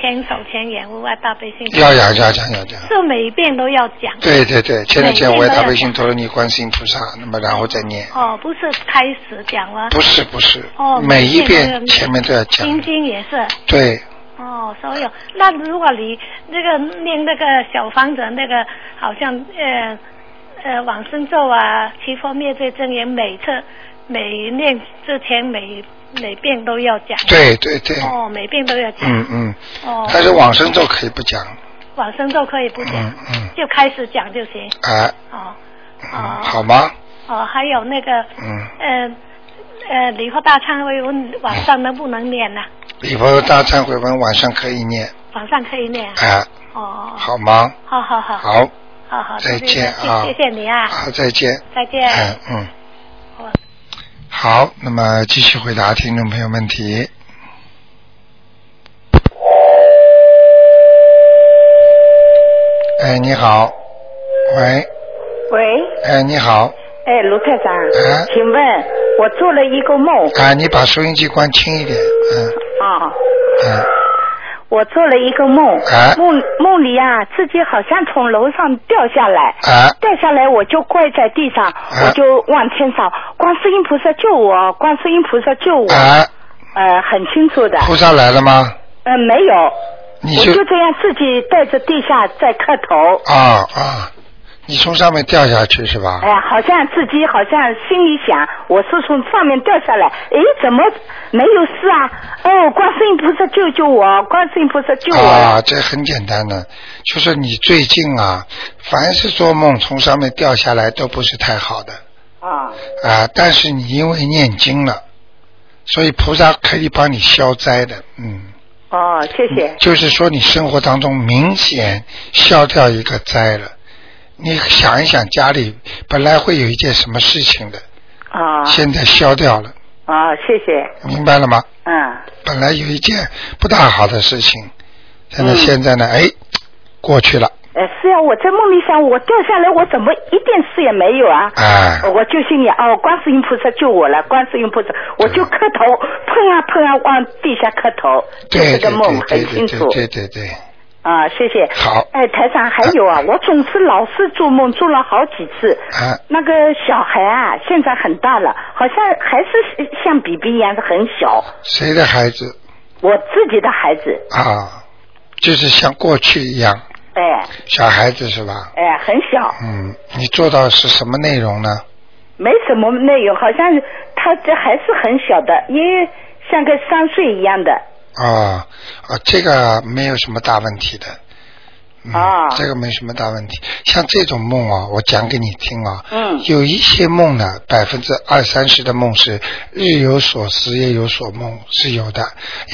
千手千眼无碍大悲心。
要要要讲要讲。
是每一遍都要讲。啊
对对对，前两天我也大悲
每
心
天
陀罗尼观世音菩萨，那么然后再念，
哦，不是开始讲了。
不是不是，
哦，
每一
都要
遍
念
前面都要讲，
心经也是。
对，
哦，所有。那如果你那个念那个小方子那个，好像呃呃往生咒啊、七佛灭罪真言，每次每念之前每每遍都要讲。
对对对
哦，每遍都要讲。
嗯嗯，
哦。
但是往生咒可以不讲，
往生咒可以不讲，
嗯嗯，
就开始讲就行。
啊，
哦
嗯好吗？
哦，还有那个
嗯，
呃呃礼佛大忏悔文晚上能不能念呢、
礼佛大忏悔文晚上可以念，
晚上可以念啊。
啊，
哦，
好吗？
好好好。
好，
好好，
再
那就
见
谢
啊
谢谢你啊，
好，再见。
再见。
嗯嗯
哎好。
好，那么继续回答听众朋友问题。哎，你好，喂，
喂，
哎，你好，
哎，卢台长，
哎
请问我做了一个梦
啊，你把收音机关轻一点，嗯
啊，
嗯，
我做了一个梦，
哎
梦梦里啊，自己好像从楼上掉下来，
啊
掉下来我就跪在地上，
哎
我就往天上，观世音菩萨救我，观世音菩萨救我，
啊，
呃，很清楚的，
菩萨来了吗？
呃，没有，
你
我
就
就这样自己带着地下在磕头，
啊啊，你从上面掉下去是吧？
哎，好像自己好像心里想，我是从上面掉下来，哎，怎么没有事啊？哦，观世音菩萨救救我，观世音菩萨救我！
啊，这很简单的，就是你最近啊，凡是做梦从上面掉下来都不是太好的。
啊。
啊，但是你因为念经了，所以菩萨可以帮你消灾的，嗯，
哦，谢谢。
就是说你生活当中明显消掉一个灾了。你想一想，家里本来会有一件什么事情的，
啊
现在消掉了，
啊，谢谢。
明白了吗？
嗯
本来有一件不大好的事情，现在、
嗯
现在呢，哎，过去了，
呃，是啊，我在梦里想，我掉下来，我怎么一点事也没有啊？
哎。
我就心里哦，观世音菩萨救我了，观世音菩萨，我就磕头，碰啊碰啊，往地下磕头，就
对
这
对
个梦很
对对对
清楚。
对对对，
啊，谢谢。
好
哎，台长，还有啊，我总是老是做梦，做了好几次。
啊
那个小孩啊，现在很大了，好像还是像 BB 一样很小。
谁的孩子
我自己的孩子，
啊？就是像过去一样，
哎
小孩子是吧？
哎，很小，
嗯，你做到是什么内容呢？
没什么内容，好像他这还是很小的，因为像个三岁一样的。
啊啊，这个没有什么大问题的。嗯、
啊
这个没什么大问题。像这种梦啊，我讲给你听啊。
嗯
有一些梦呢，百分之二三十的梦是日有所思，夜有所梦，是有的。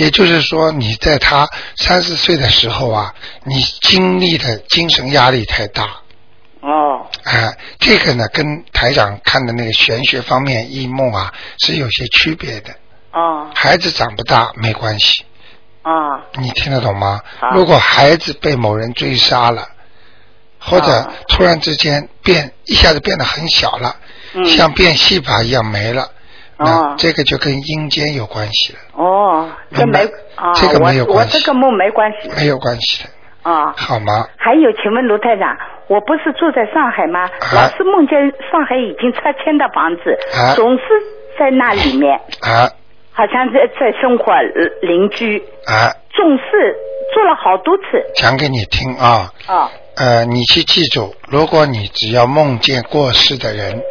也就是说，你在他三四岁的时候啊，你经历的精神压力太大。
哦
啊，这个呢，跟台长看的那个玄学方面异梦啊，是有些区别的。
哦
孩子长不大没关系，
哦
你听得懂吗？
好
如果孩子被某人追杀了，或者
啊
突然之间变一下子变得很小了，
嗯
像变戏法一样没了，那
哦
这个就跟阴间有关系了，
哦，这没
明白
啊，
这个没有
我我
关系
这个梦没关系
没有关系的，
啊。
好吗？
还有，请问卢台长，我不是住在上海吗？老是梦见上海已经拆迁的房子，
啊
总是在那里面。
啊，
好像在在生活呃邻居，
啊，
总是做了好多次。
讲给你听啊，
哦
呃，你去记住，如果你只要梦见过世的人，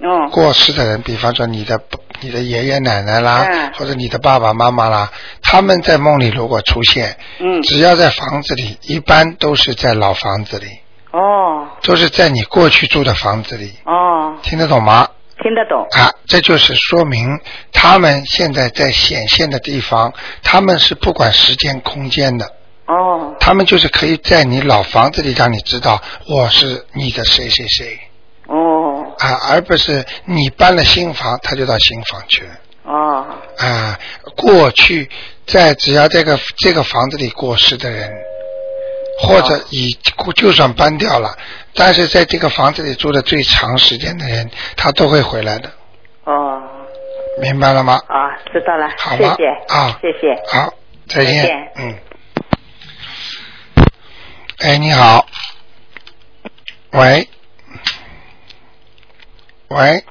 哦
过世的人，比方说你的你的爷爷奶奶啦，
嗯
或者你的爸爸妈妈啦，他们在梦里如果出现，
嗯
只要在房子里，一般都是在老房子里，
哦
都是在你过去住的房子里，
哦，
听得懂吗？
听得懂
啊，这就是说明他们现在在显现的地方，他们是不管时间空间的，
哦
他们就是可以在你老房子里让你知道我是你的谁谁谁
哦
啊，而不是你搬了新房他就到新房去了
哦
啊。过去在只要这个这个房子里过世的人，或
啊
者已就算搬掉了，但是在这个房子里住的最长时间的人，他都会回来的，
哦
明白了吗？
哦
啊，知道了，
好
谢
吧
谢
啊
谢谢。
好，再见。
再见
嗯。哎，你好。喂。喂。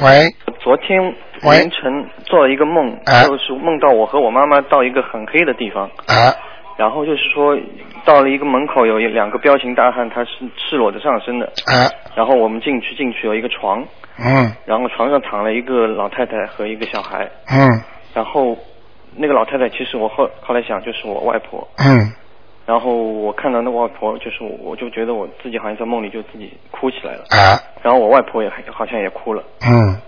喂。
昨天
喂
凌晨做了一个梦，
哎
就是梦到我和我妈妈到一个很黑的地方，
啊
然后就是说到了一个门口，有一两个彪形大汉，他是赤裸着上身的，
啊
然后我们进去，进去有一个床，
嗯
然后床上躺了一个老太太和一个小孩，
嗯
然后那个老太太其实我后后来想就是我外婆，
嗯
然后我看到那外婆就是我我就觉得我自己好像在梦里就自己哭起来了，
啊
然后我外婆也好像也哭了，
嗯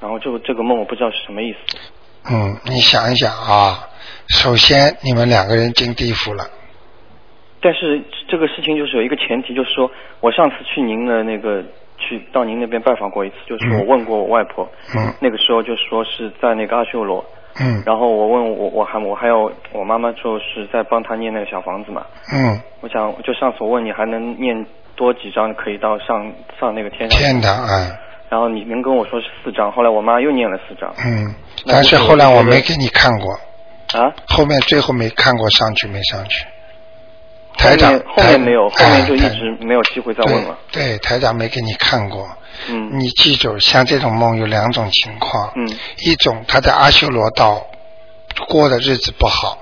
然后这个这个梦我不知道是什么意思，
嗯，你想一想啊，首先你们两个人进地府了，
但是这个事情就是有一个前提，就是说我上次去您的那个去到您那边拜访过一次，就是我问过我外婆，
嗯
那个时候就说是在那个阿修罗，
嗯
然后我问我我还我还有我妈妈就是在帮她念那个小房子嘛，
嗯，
我想就上次我问你还能念多几张可以到上上那个天上，
天堂啊，
然后你您跟我说是四张，后来我妈又念了四张
嗯，
那
但是
我就
后来我
觉得
没给你看过，
啊，
后面最后没看过上去没上去，
后
台长
面后面没有，后
台
面就一
哎
直没有机会再问了，
对，对，台长没给你看过。
嗯
你记住，像这种梦有两种情况，
嗯
一种他在阿修罗道过的日子不好，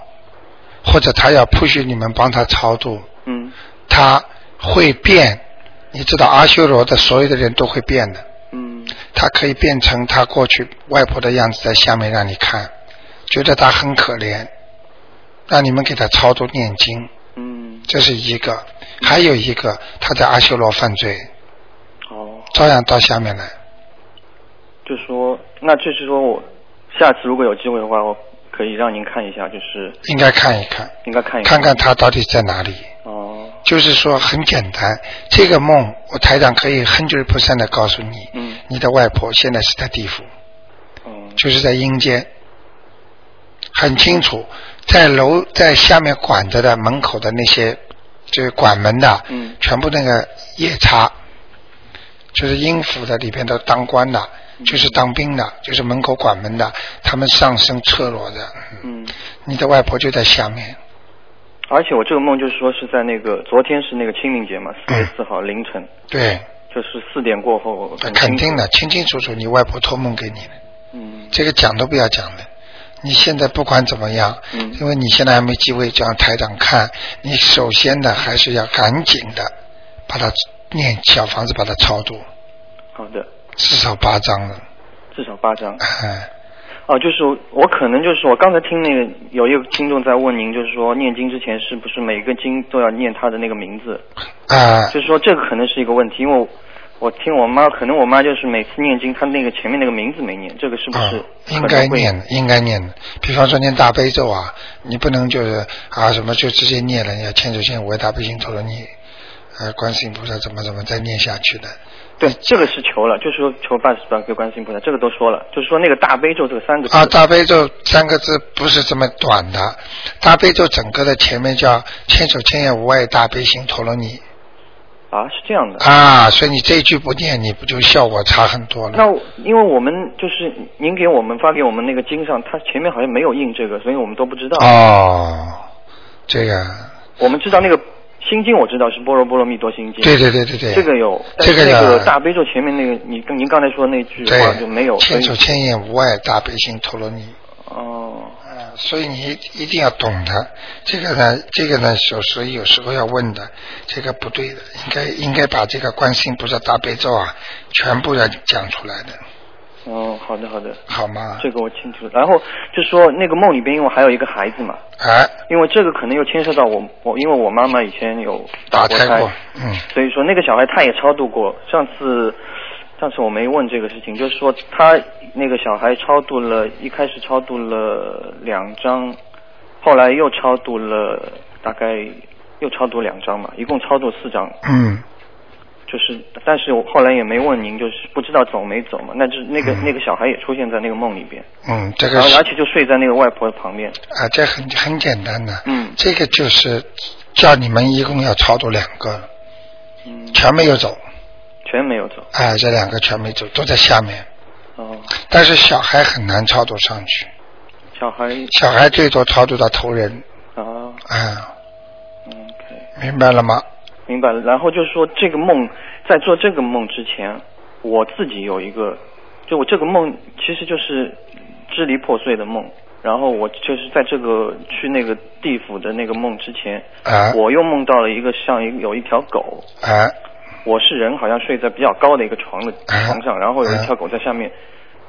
或者他要 push 你们帮他超度，
嗯
他会变。你知道阿修罗的所有的人都会变的，
嗯
他可以变成他过去外婆的样子，在下面让你看，觉得他很可怜，让你们给他超度念经，
嗯，
这是一个；还有一个，他在阿修罗犯罪，
哦。
照样到下面来。
就说，那就是说我下次如果有机会的话，我可以让您看一下，就是
应该看一看，
应该看一
看看他到底在哪里。
哦，
就是说很简单，这个梦我台长可以 hundred percent 的告诉你，
嗯
你的外婆现在是在地府，
嗯
就是在阴间，很清楚，在楼在下面管着的门口的那些就是管门的，
嗯
全部那个夜叉，就是阴府的里边都当官的，
嗯
就是当兵的，就是门口管门的，他们上身赤裸着，
嗯。
你的外婆就在下面。
而且我这个梦就是说是在那个昨天是那个清明节
嗯
嘛，四月四号凌晨，
对，
就是四点过后。很
肯
清
定
楚。
的，清清楚楚，你外婆托梦给你的，
嗯
这个讲都不要讲的。你现在不管怎么样，
嗯
因为你现在还没机会叫台长看，你首先呢还是要赶紧的把它念小房子把它超度，
好的，
至少八张了。
至少八张。
哎，
哦，就是我可能就是我刚才听那个有一个听众在问您，就是说念经之前是不是每个经都要念他的那个名字？
啊、
就是说这个可能是一个问题，因为我我听我妈，可能我妈就是每次念经，她那个前面那个名字没念，这个是不
啊
是、
应该念，的，应该念的。比方说念大悲咒啊，你不能就是啊什么就直接念了，你要千手千眼无碍大悲心陀罗尼，呃，观世音菩萨怎么怎么再念下去的。
对，这个是求了，就是说求办事办给观世音菩萨，这个都说了，就是说那个大悲咒这个三个字
啊，大悲咒三个字不是这么短的，大悲咒整个的前面叫千手千眼无碍大悲心陀罗尼
啊是这样的。
啊，所以你这一句不念，你不就效果差很多了？
那我因为我们就是您给我们发给我们那个经上，它前面好像
哦
没有印这个，所以我们都不知道。
哦，这个
我们知道那个心经我知道是般若波罗蜜多心经。
对对对对对
这个有，但
这个
是那
的
个大悲咒前面那个，你跟您刚才说的那句话
对，
就没有，所
千
以
手千眼无碍大悲心陀罗尼。啊
哦。
所以你一定要懂它，这个呢，这个呢，有时候有时候要问的，这个不对的，应该应该把这个观世音菩萨大悲咒啊，全部要讲出来的，
哦，好的好的，
好吗？
这个我清楚了。然后就说那个梦里边，因为我还有一个孩子嘛，
哎，
因为这个可能又牵涉到我我，因为我妈妈以前有
打
过
胎过，嗯，
所以说那个小孩他也超度过。上次上次我没问这个事情，就是说他那个小孩超度了，一开始超度了两张，后来又超度了大概又超度两张嘛，一共超度四张。
嗯，
就是，但是我后来也没问您，就是不知道走没走嘛。那就是那个、那个小孩也出现在那个梦里边，
嗯，这个
然
是
后而且就睡在那个外婆旁边。
啊，这很很简单的，嗯，这个就是叫你们一共要超度两个，
嗯，
全没有走，
全没有走。
哎，这两个全没走，都在下面，
哦，
但是小孩很难超度上去，
小孩。
小孩最多超度到头人，
啊，
啊，
嗯
明白了吗？
明白了。然后就是说，这个梦在做这个梦之前，我自己有一个，就我这个梦其实就是支离破碎的梦。然后我就是在这个去那个地府的那个梦之前，
啊
我又梦到了一个像一个有一条狗，
啊
我是人，好像睡在比较高的一个床的床上，然后
啊
有一条狗在下面，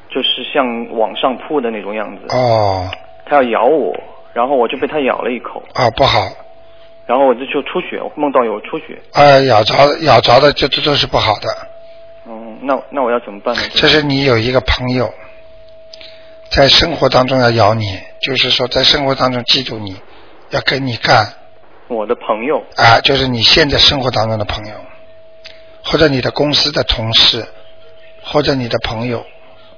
就是像往上扑的那种样子，
哦
它要咬我，然后我就被它咬了一口，
哦，不好，
然后我就就出血，我梦到有出血，
啊，咬着咬着的，这这都是不好的。
嗯，那那我要怎么 办呢？
这是你有一个朋友，在生活当中要咬你，就是说在生活当中记住你，要跟你干
我的朋友，
啊，就是你现在生活当中的朋友，或者你的公司的同事，或者你的朋友。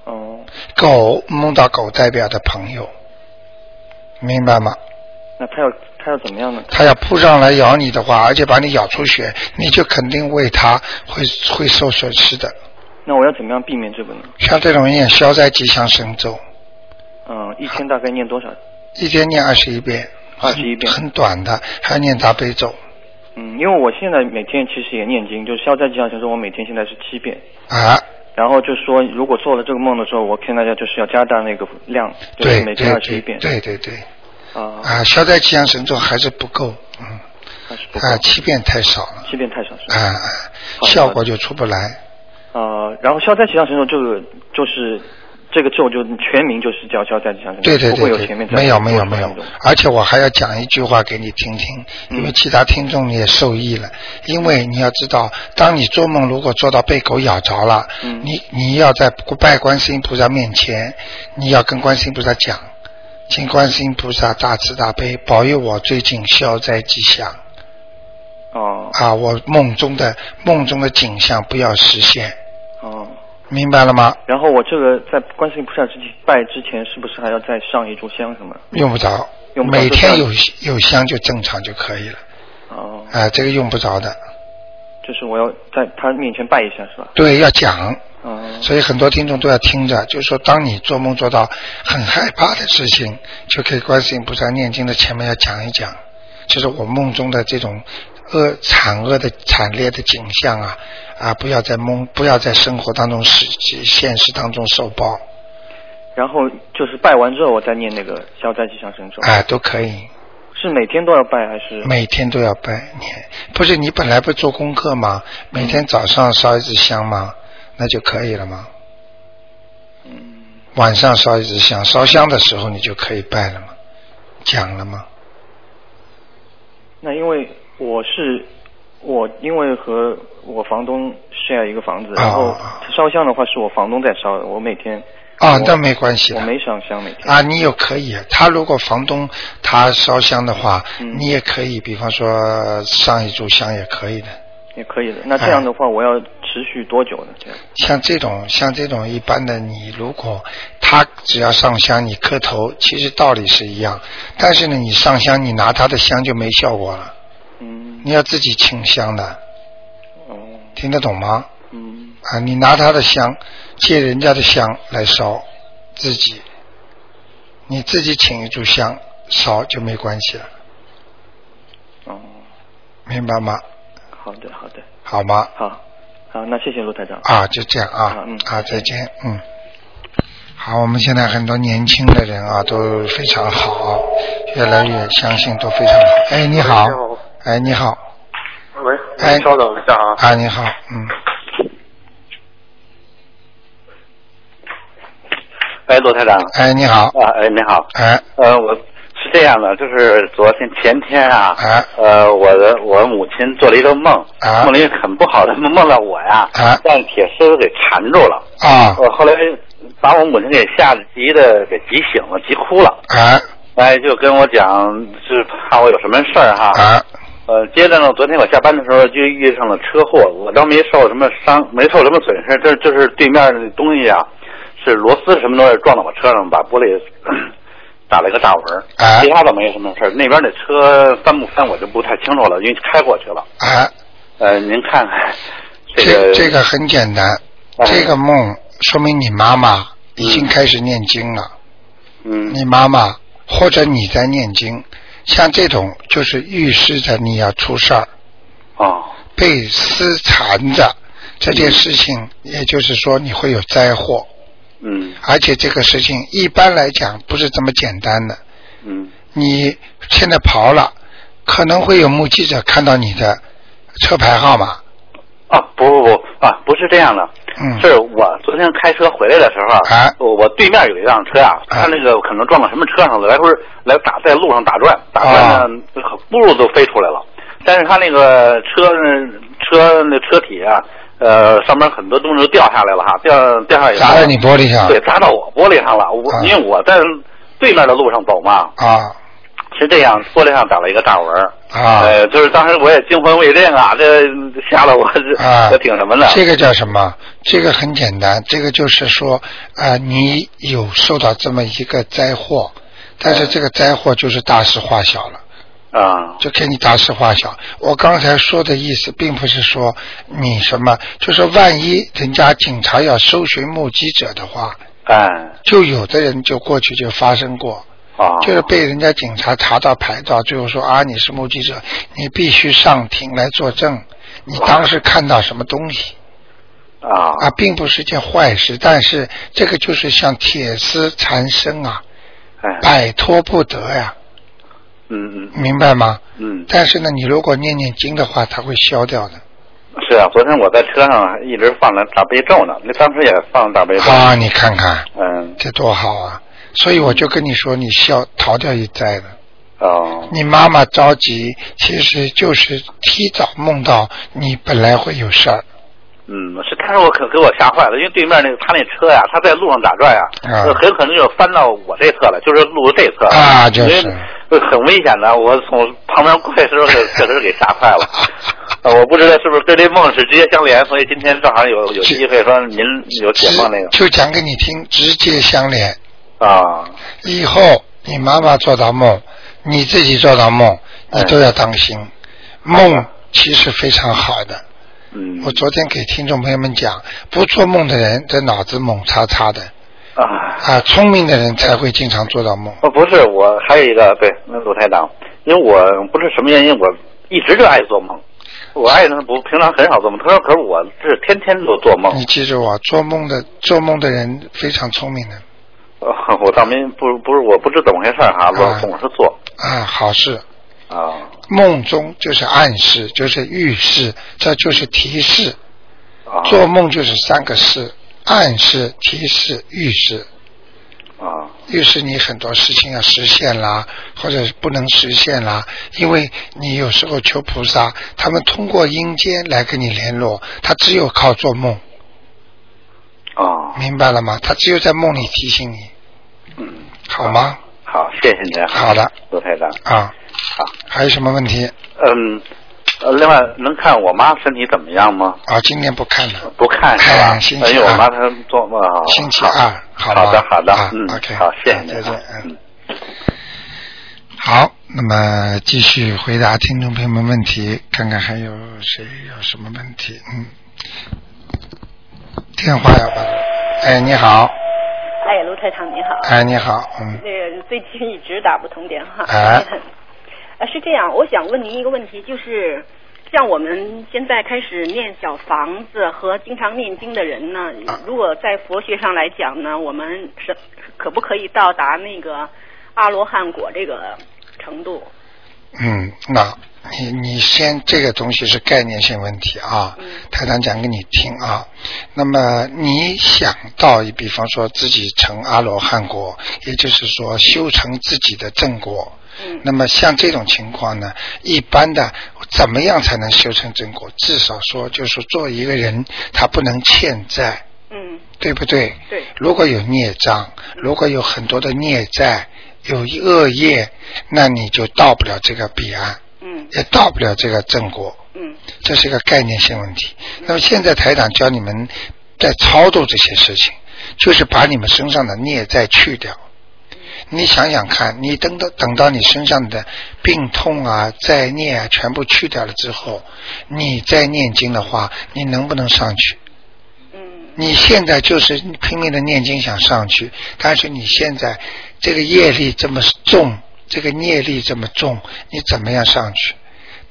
哦，
狗梦到狗代表的朋友，明白吗？
那他要他要怎么样呢？
它要扑上来咬你的话，而且把你咬出血，你就肯定为它会会受损失的。
那我要怎么样避免这个呢？
像这种念消灾吉祥神咒，
嗯，一天大概念多少？
一天念二十一遍，
二十一遍。
很短的，还要念大悲咒
嗯，因为我现在每天其实也念经，就是消灾吉祥神咒，我每天现在是七遍。
啊。
然后就说，如果做了这个梦的时候，我劝大家就是要加大那个量，就是
对
每
对
天二十
对
一遍。
对对对，
啊，
啊，消灾吉祥神咒还是不够，
还是不够
啊，七遍太少了，
七遍太少是吧？
啊，啊效果就出不来。
呃，然后消灾吉祥神咒这个就是这个咒就全名就是叫消灾吉祥神咒，
对对
嗯不会有
对对
前面，再
没有没有没有
多说那种，
而且我还要讲一句话给你听听，
嗯
因为其他听众也受益了。因为你要知道，当你做梦如果做到被狗咬着了，
嗯
你你要在拜观世音菩萨面前，你要跟观世音菩萨讲，请观世音菩萨大慈大悲保佑我最近消灾吉祥。
哦
啊，我梦中的梦中的景象不要实现，
哦。
明白了吗？
然后我这个在观世音菩萨之前拜之前，是不是还要再上一炷香什么？
用不着，
用不着
每
就
天
像
有有香就正常就可以了。
哦，
啊，这个用不着的。
就是我要在他面前拜一下是吧？
对，要讲。
嗯，
所以很多听众都要听着，就是说，当你做梦做到很害怕的事情，就给观世音菩萨念经的前面要讲一讲，就是我梦中的这种恶惨恶的惨烈的景象啊啊，不要在梦，不要在生活当中实现实当中受报
然后就是拜完之后，我再念那个消灾吉祥神咒。
啊，都可以，
是每天都要拜还是？
每天都要拜念。不是你本来不做功课吗？每天早上烧一支香吗？那就可以了吗？晚上烧一支香，烧香的时候你就可以拜了吗？讲了吗？
那因为我是我，因为和我房东 share 一个房子，然后烧香的话是我房东在烧的，我每天
啊
我
那没关系的
我没上香每天
啊，你有可以，他如果房东他烧香的话，
嗯
你也可以，比方说上一炷香也可以的。
也可以的。那这样的话，我要持续多久呢？这样
像这种像这种一般的，你如果他只要上香，你磕头，其实道理是一样。但是呢，你上香，你拿他的香就没效果了。
嗯。
你要自己请香的。
哦。
听得懂吗？
嗯。
啊，你拿他的香，借人家的香来烧自己，你自己请一炷香烧就没关系了。
哦。
明白吗？
好的，好的，
好吗？
好，好，那谢谢卢台长。
啊，就这样啊，啊，再见，嗯。好，我们现在很多年轻的人啊，都非常好，越来越相信都非常好。哎，你好，哎，你好，
喂，
哎
稍等一下啊。
啊，你好，嗯，
哎，罗台长。
哎，你好。
啊，哎，你好。
哎。
呃，我是这样的，就是昨天前天啊，
哎，
呃，我的我母亲做了一个梦，
啊
梦了一个很不好的梦，梦到我呀，
啊
让铁丝给缠住了，
啊
我呃后来把我母亲给吓得急的给急醒了，急哭了，
哎，
哎，就跟我讲，是怕我有什么事儿哈。
啊。
呃，接着呢，昨天我下班的时候就遇上了车祸，我倒没受什么伤，没受什么损失，这就是对面的东西啊，是螺丝什么东西撞到我车上，把玻璃 打了一个大纹儿。
啊
其他倒没什么事儿，那边的车翻不翻我就不太清楚了，因为开过去了。
哎，
呃，您看看这
这
个
这个很简单，
啊
这个梦说明你妈妈已经开始念经了。
嗯。
你妈妈或者你在念经，像这种就是预示着你要出事儿。
哦。
被私缠着这件事情，也就是说你会有灾祸，
嗯
而且这个事情一般来讲不是这么简单的。
嗯
你现在跑了，可能会有目击者看到你的车牌号码。
啊，不不不啊，不是这样的，
嗯
是我昨天开车回来的时候，
啊
我我对面有一辆车啊，
哎
他那个可能撞到什么车上了，来回来打在路上打转，打转呢、
哦
轱辘都飞出来了，但是他那个车车那车体啊，呃，上面很多东西都掉下来了哈，掉掉下来以后
砸在你玻璃上
对，砸到我玻璃上了，我、
啊
因为我在对面的路上走嘛，
啊
是这样，玻璃上打了一个大纹儿。
啊！
呃，就是当时我也惊魂未定啊，这吓得我这、
啊
这挺什么的。
这个叫什么？这个很简单，这个就是说啊、你有受到这么一个灾祸，但是这个灾祸就是大事化小了。
啊，
就给你大事化小。我刚才说的意思，并不是说你什么，就是万一人家警察要搜寻目击者的话，
哎，
就有的人就过去就发生过，
啊，
就是被人家警察查到牌照，最后说啊你是目击者，你必须上庭来作证，你当时看到什么东西。
啊
啊，并不是件坏事，但是这个就是像铁丝缠身啊，
哎，
摆脱不得呀、
嗯嗯
明白吗？
嗯，
但是呢，你如果念念经的话，它会消掉的。
是啊，昨天我在车上一直放了大悲咒呢，那当时也放了大悲咒。
啊，你看看，
嗯，
这多好啊！所以我就跟你说，你消逃掉一灾了。
哦，
你妈妈着急，其实就是提早梦到你本来会有事儿。
嗯，是，但是我可给我吓坏了，因为对面那个他那车呀，他在路上打转呀，
啊
就很可能就翻到我这侧了，就是路这侧
啊就是
因为很危险的。我从旁边过去的时候给，确实给吓坏 了。呃我不知道是不是跟这梦是直接相连，所以今天正好有有机会说您有解梦那个
就讲给你听，直接相连。
啊，
以后你妈妈做到梦，你自己做到梦，
嗯
你都要当心。梦其实非常好的。
嗯。
我昨天给听众朋友们讲，不做梦的人，这脑子猛叉叉的。
啊。
啊，聪明的人才会经常做到梦。
哦，不是，我还有一个对，那鲁台长，因为我不是什么原因，我一直就爱做梦，我爱人不平常很少做梦，他说可是我是天天都做梦，
你记住啊，做梦的做梦的人非常聪明的
呃我倒没不不是我不知怎么回事儿哈、我总是做
啊，好事。
啊
梦中就是暗示，就是预示，这就是提示。
啊
做梦就是三个事：暗示、提示、预示。
啊
预示你很多事情要实现啦，或者是不能实现啦，因为你有时候求菩萨，他们通过阴间来跟你联络，他只有靠做梦，
啊，
明白了吗？他只有在梦里提醒你，
嗯，
好吗？
好，谢谢您，啊
好的，
鲁台长，
啊，
好，
还有什么问题？
嗯，呃，另外能看我妈身体怎么样吗？
啊，今天不看了，
不看是吧？
哎星期
因为我
二
妈她做梦啊，
星期二，
好
吧？
的好的
啊、
嗯
OK，
好，谢谢您
再
啊，
见，嗯。好，那么继续回答听众朋友们问题，看看还有谁有什么问题？嗯，电话要吧？哎，你好，
哎，卢台长你好。
哎，你好，嗯，
那个最近一直打不通电话。
哎。
呃，是这样，我想问您一个问题，就是像我们现在开始念小房子和经常念经的人呢，如果在佛学上来讲呢，我们是可不可以到达那个阿罗汉果这个程度？
嗯，那你你先这个东西是概念性问题啊，台长讲给你听啊。那么你想到，比方说自己成阿罗汉果，也就是说修成自己的正果。那么像这种情况呢，一般的怎么样才能修成正果？至少说，就是说做一个人，他不能欠债。
嗯。
对不对？
对。
如果有孽障，如果有很多的孽债，有恶业，那你就到不了这个彼岸，
嗯，
也到不了这个正果。
嗯，
这是一个概念性问题。那么现在台长教你们在操作这些事情，就是把你们身上的孽债去掉。
嗯
你想想看，你等到等到你身上的病痛啊、灾孽啊全部去掉了之后，你再念经的话，你能不能上去？你现在就是拼命的念经想上去，但是你现在这个业力这么重，这个业力这么重，你怎么样上去？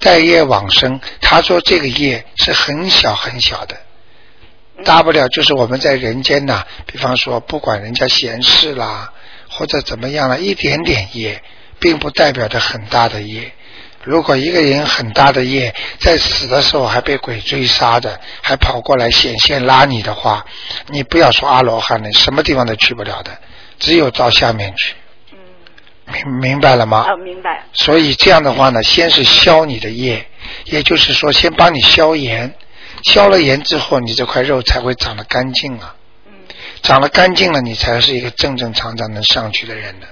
待业往生，他说这个业是很小很小的，大不了就是我们在人间呐、比方说不管人家闲事啦，或者怎么样了，一点点业，并不代表着很大的业。如果一个人很大的业，在死的时候还被鬼追杀的，还跑过来显现拉你的话，你不要说阿罗汉了，什么地方都去不了的，只有到下面去。明明白了吗？
啊，嗯明白。
所以这样的话呢，先是消你的业，也就是说，先帮你消炎，消了炎之后，你这块肉才会长得干净啊。
嗯
长得干净了，你才是一个正正常常能上去的人呢。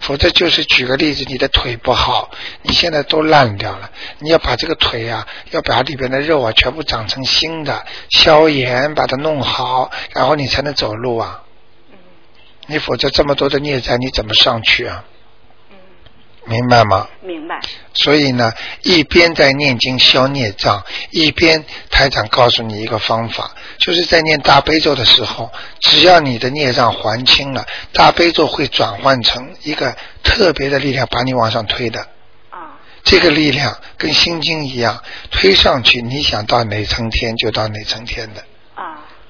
否则就是举个例子，你的腿不好，你现在都烂掉了，你要把这个腿啊，要把里边的肉啊全部长成新的，消炎把它弄好，然后你才能走路啊。你否则这么多的孽债，你怎么上去啊？明白吗？
明白。
所以呢，一边在念经消孽障，一边台长告诉你一个方法，就是在念大悲咒的时候，只要你的孽障还清了，大悲咒会转换成一个特别的力量把你往上推的。这个力量跟心经一样，推上去，你想到哪层天就到哪层天的。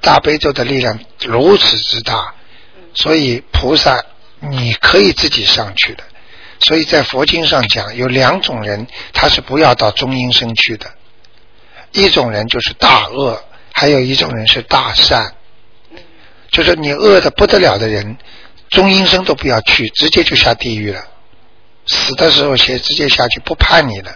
大悲咒的力量如此之大，所以菩萨你可以自己上去的。所以在佛经上讲，有两种人他是不要到中阴身去的，一种人就是大恶，还有一种人是大善。就是你恶的不得了的人，中阴身都不要去，直接就下地狱了，死的时候先直接下去，不判你的。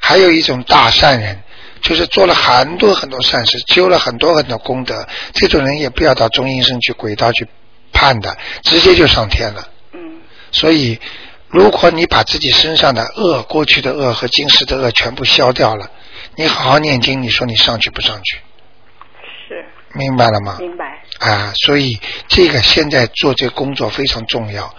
还有一种大善人，就是做了很多很多善事，修了很多很多功德，这种人也不要到中阴身去鬼道去判的，直接就上天了。所以，如果你把自己身上的恶、过去的恶和今世的恶全部消掉了，你好好念经，你说你上去不上去？
是。
明白了吗？
明白。
啊，所以这个现在做这工作非常重要。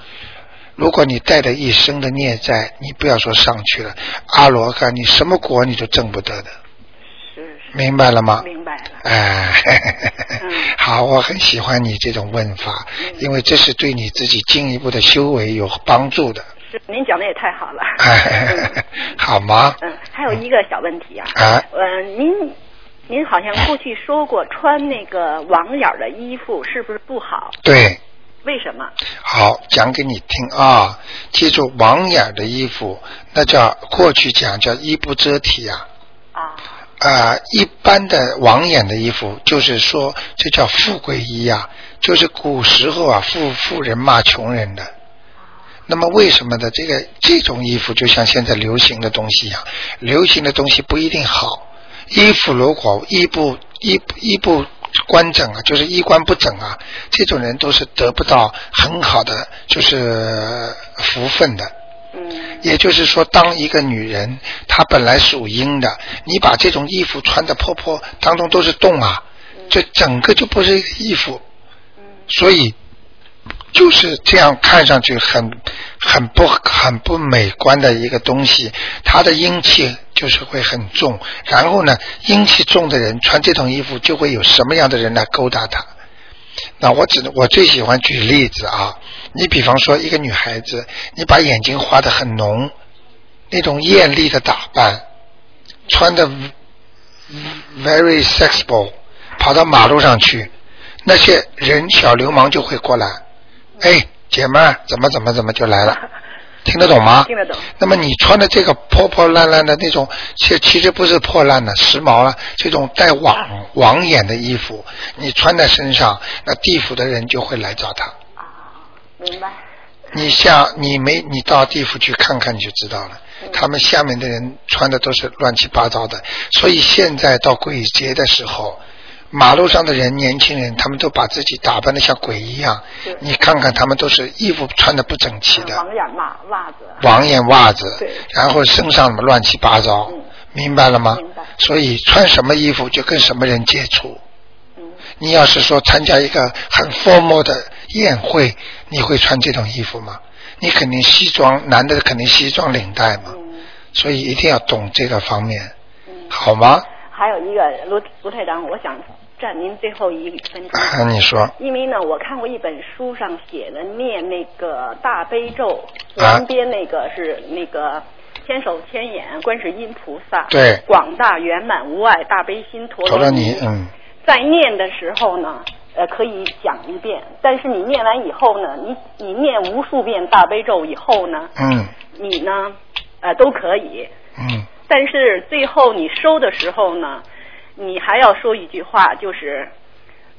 如果你带着一生的孽债，你不要说上去了，阿罗汉，你什么果你都挣不得的。明白了吗？
明白了。嗯
哎， 好，我很喜欢你这种问法，因为这是对你自己进一步的修为有帮助的。
是您讲的也太好了。
哎， 好吗？
嗯，还有一个小问题啊。
啊
呃，您您好像过去说过，穿那个网眼儿的衣服是不是不好？
对，
为什么？
好，讲给你听啊。记住，网眼儿的衣服，那叫过去讲叫衣不遮体啊。啊、一般的网眼的衣服，就是说这叫富贵衣啊，就是古时候啊，富富人骂穷人的。那么为什么呢？这个这种衣服就像现在流行的东西一样，流行的东西不一定好。衣服如果衣不衣不衣不关整啊，就是衣冠不整啊，这种人都是得不到很好的就是福分的。也就是说，当一个女人她本来属阴的，你把这种衣服穿的破破，当中都是洞啊，这整个就不是一个衣服，所以就是这样看上去很很不很不美观的一个东西，它的阴气就是会很重，然后呢，阴气重的人穿这种衣服就会有什么样的人来勾搭他。那我只能我最喜欢举例子啊，你比方说一个女孩子，你把眼睛画得很浓，那种艳丽的打扮，穿的 very sexable，跑到马路上去，那些人小流氓就会过来，哎，姐们儿怎么怎么怎么就来了。听得懂吗？
听得懂。
那么你穿的这个破破烂烂的那种，其其实不是破烂的，时髦了，这种带网网眼的衣服，你穿在身上，那地府的人就会来找他。
明白。
你下你没你到地府去看看你就知道了，他们下面的人穿的都是乱七八糟的，所以现在到鬼节的时候，马路上的人年轻人他们都把自己打扮的像鬼一样，你看看他们都是衣服穿的不整齐的，
网眼袜袜子。
网眼袜子
对，
然后身上什么乱七八糟，嗯明白了吗？所以穿什么衣服就跟什么人接触。嗯你要是说参加一个很 formal 的宴会，你会穿这种衣服吗？你肯定西装，男的肯定西装领带嘛，所以一定要懂这个方面，好吗？
还有一个卢卢台长，我想占您最后一分钟。
啊 你说
因为呢，我看过一本书上写的念那个大悲咒，
啊
南边那个是那个千手千眼观世音菩萨，
对
广大圆满无碍大悲心陀
投
罗
了你，嗯，
在念的时候呢，呃，可以讲一遍，但是你念完以后呢，你你念无数遍大悲咒以后呢，
嗯
你呢，呃，都可以，
嗯，
但是最后你收的时候呢，你还要说一句话，就是，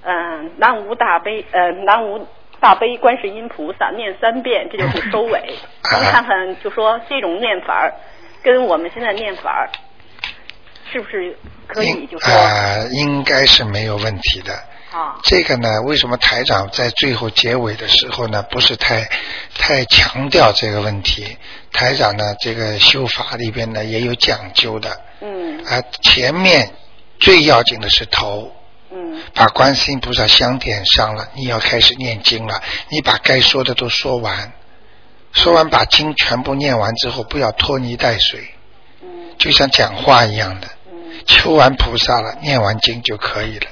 嗯、南无大悲，呃，南无大悲观世音菩萨，念三遍，这就是收 尾。
啊
咱们看看，就说这种念法儿，跟我们现在念法儿，是不是可以就说
呃，应该是没有问题的。
啊？
这个呢，为什么台长在最后结尾的时候呢，不是太太强调这个问题？台长呢，这个修法里边呢也有讲究的。
嗯。
啊，前面最要紧的是头。嗯。把观世音菩萨香点上了，你要开始念经了。你把该说的都说完，说完把经全部念完之后，不要拖泥带水。嗯。就像讲话一样的。嗯。求完菩萨了，念完经就可以了。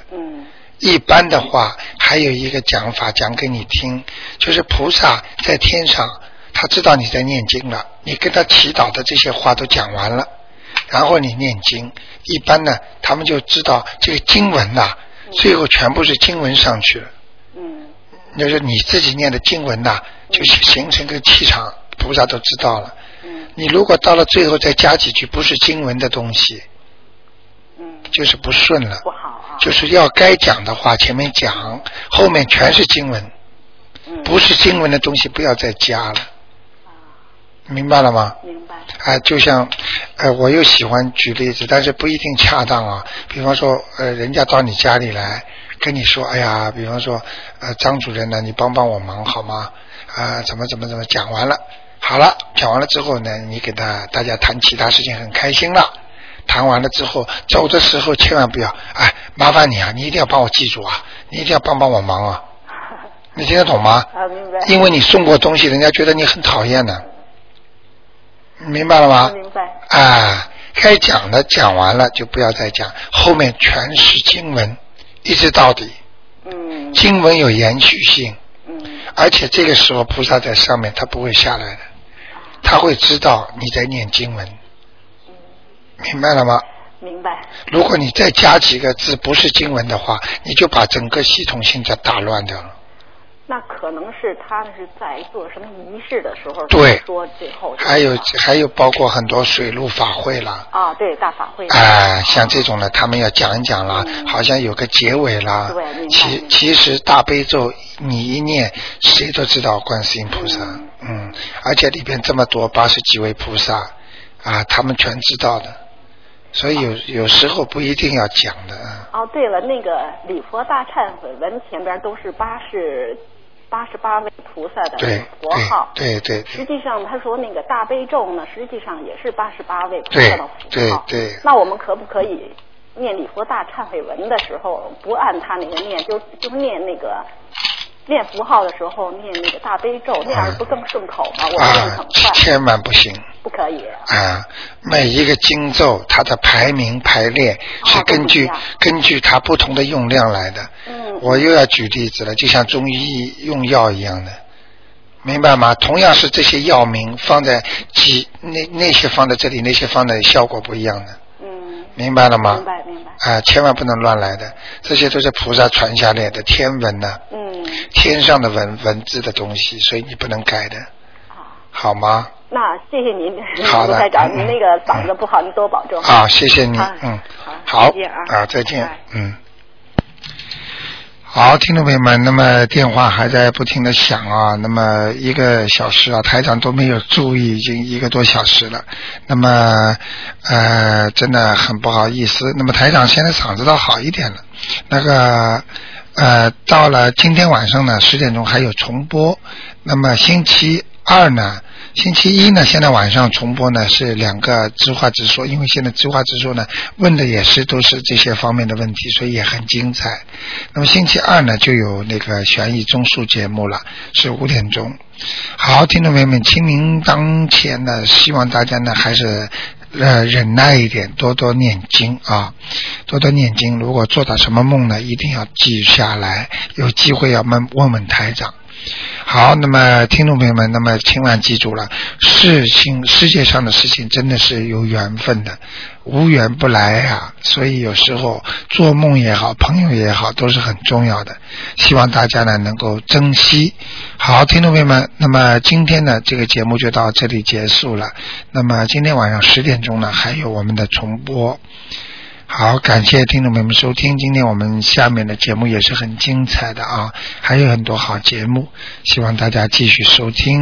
一般的话，还有一个讲法讲给你听，就是菩萨在天上，他知道你在念经了，你跟他祈祷的这些话都讲完了，然后你念经，一般呢，他们就知道这个经文呐、最后全部是经文上去了。嗯。就是你自己念的经文呐、就形成个气场，菩萨都知道了。嗯。你如果到了最后再加几句不是经文的东西，嗯，就是不顺了。就是要该讲的话前面讲，后面全是经文，不是经文的东西不要再加了，明白了吗？啊明白。啊，就像，呃，我又喜欢举例子，但是不一定恰当啊。比方说，呃，人家到你家里来跟你说，哎呀，比方说，呃，张主任呢，你帮帮我忙好吗？啊、怎么怎么怎么讲完了，好了，讲完了之后呢，你给他大家谈其他事情，很开心了。谈完了之后，走的时候千万不要，哎，麻烦你啊，你一定要帮我记住啊，你一定要帮帮我忙啊，你听得懂吗？
啊，明白。
因为你送过东西，人家觉得你很讨厌的，你明白了吗？
明白。
啊，该讲的讲完了就不要再讲，后面全是经文，一直到底。嗯。经文有延续性。嗯。而且这个时候菩萨在上面，他不会下来的，他会知道你在念经文。明白了吗？
明白。
如果你再加几个字不是经文的话，你就把整个系统性就打乱掉了。
那可能是他们是在做什么仪式的时候，
对
说最后
还有还有包括很多水陆法会啦，
啊，对大法会，
哎、像这种呢，他们要讲一讲啦，好像有个结尾啦。其其实大悲咒你一念，谁都知道观世音菩萨，嗯，而且里边这么多八十几位菩萨啊，他们全知道的，所以有、有时候不一定要讲的。嗯
哦，对了，那个礼佛大忏悔文前边都是八十八十八位菩萨的
对
佛号，
对对对
实际上他说那个大悲咒呢，实际上也是八十八位菩萨
对
的。
对对，
那我们可不可以念礼佛大忏悔文的时候，不按他那个念，就就念那个念符号的时候念那个大悲咒，那样不更顺口吗？我念得
啊
很快，，
千万不行。
不可以。
啊，每一个经咒它的排名排列是根据、根据它不同的用量来的。嗯。我又要举例子了，就像中医用药一样的，明白吗？同样是这些药名放在几那那些放在这里，那些放在效果不一样的。嗯。明白了吗？
明白明白。
啊，千万不能乱来的，这些都是菩萨传下来的天文呐、
嗯，
天上的文文字的东西，所以你不能改的，
啊
好吗？
那谢谢您，
好的
卢台长，
嗯
您那个嗓子不好，您多保重。
啊，谢谢你，
啊
嗯，好
再见啊，
再见，嗯。好，听众朋友们，那么电话还在不停的响啊，那么一个小时啊，台长都没有注意，已经一个多小时了。那么，呃，真的很不好意思。那么台长现在嗓子倒好一点了，那个，呃，到了今天晚上呢，十点钟还有重播。那么星期二呢，星期一呢，现在晚上重播呢是两个知话直说，因为现在知话直说呢问的也是都是这些方面的问题，所以也很精彩。那么星期二呢就有那个悬疑综述节目了，是五点钟。好，听众朋友们，清明当前呢，希望大家呢还是呃忍耐一点，多多念经啊，多多念经。如果做到什么梦呢，一定要记下来，有机会要问问问台长。好，那么听众朋友们，那么千万记住了，事情世界上的事情真的是有缘分的，无缘不来啊。所以有时候做梦也好，朋友也好，都是很重要的。希望大家呢能够珍惜。好，听众朋友们，那么今天呢这个节目就到这里结束了。那么今天晚上十点钟呢还有我们的重播。好，感谢听众朋友们收听。今天我们下面的节目也是很精彩的啊，还有很多好节目，希望大家继续收听。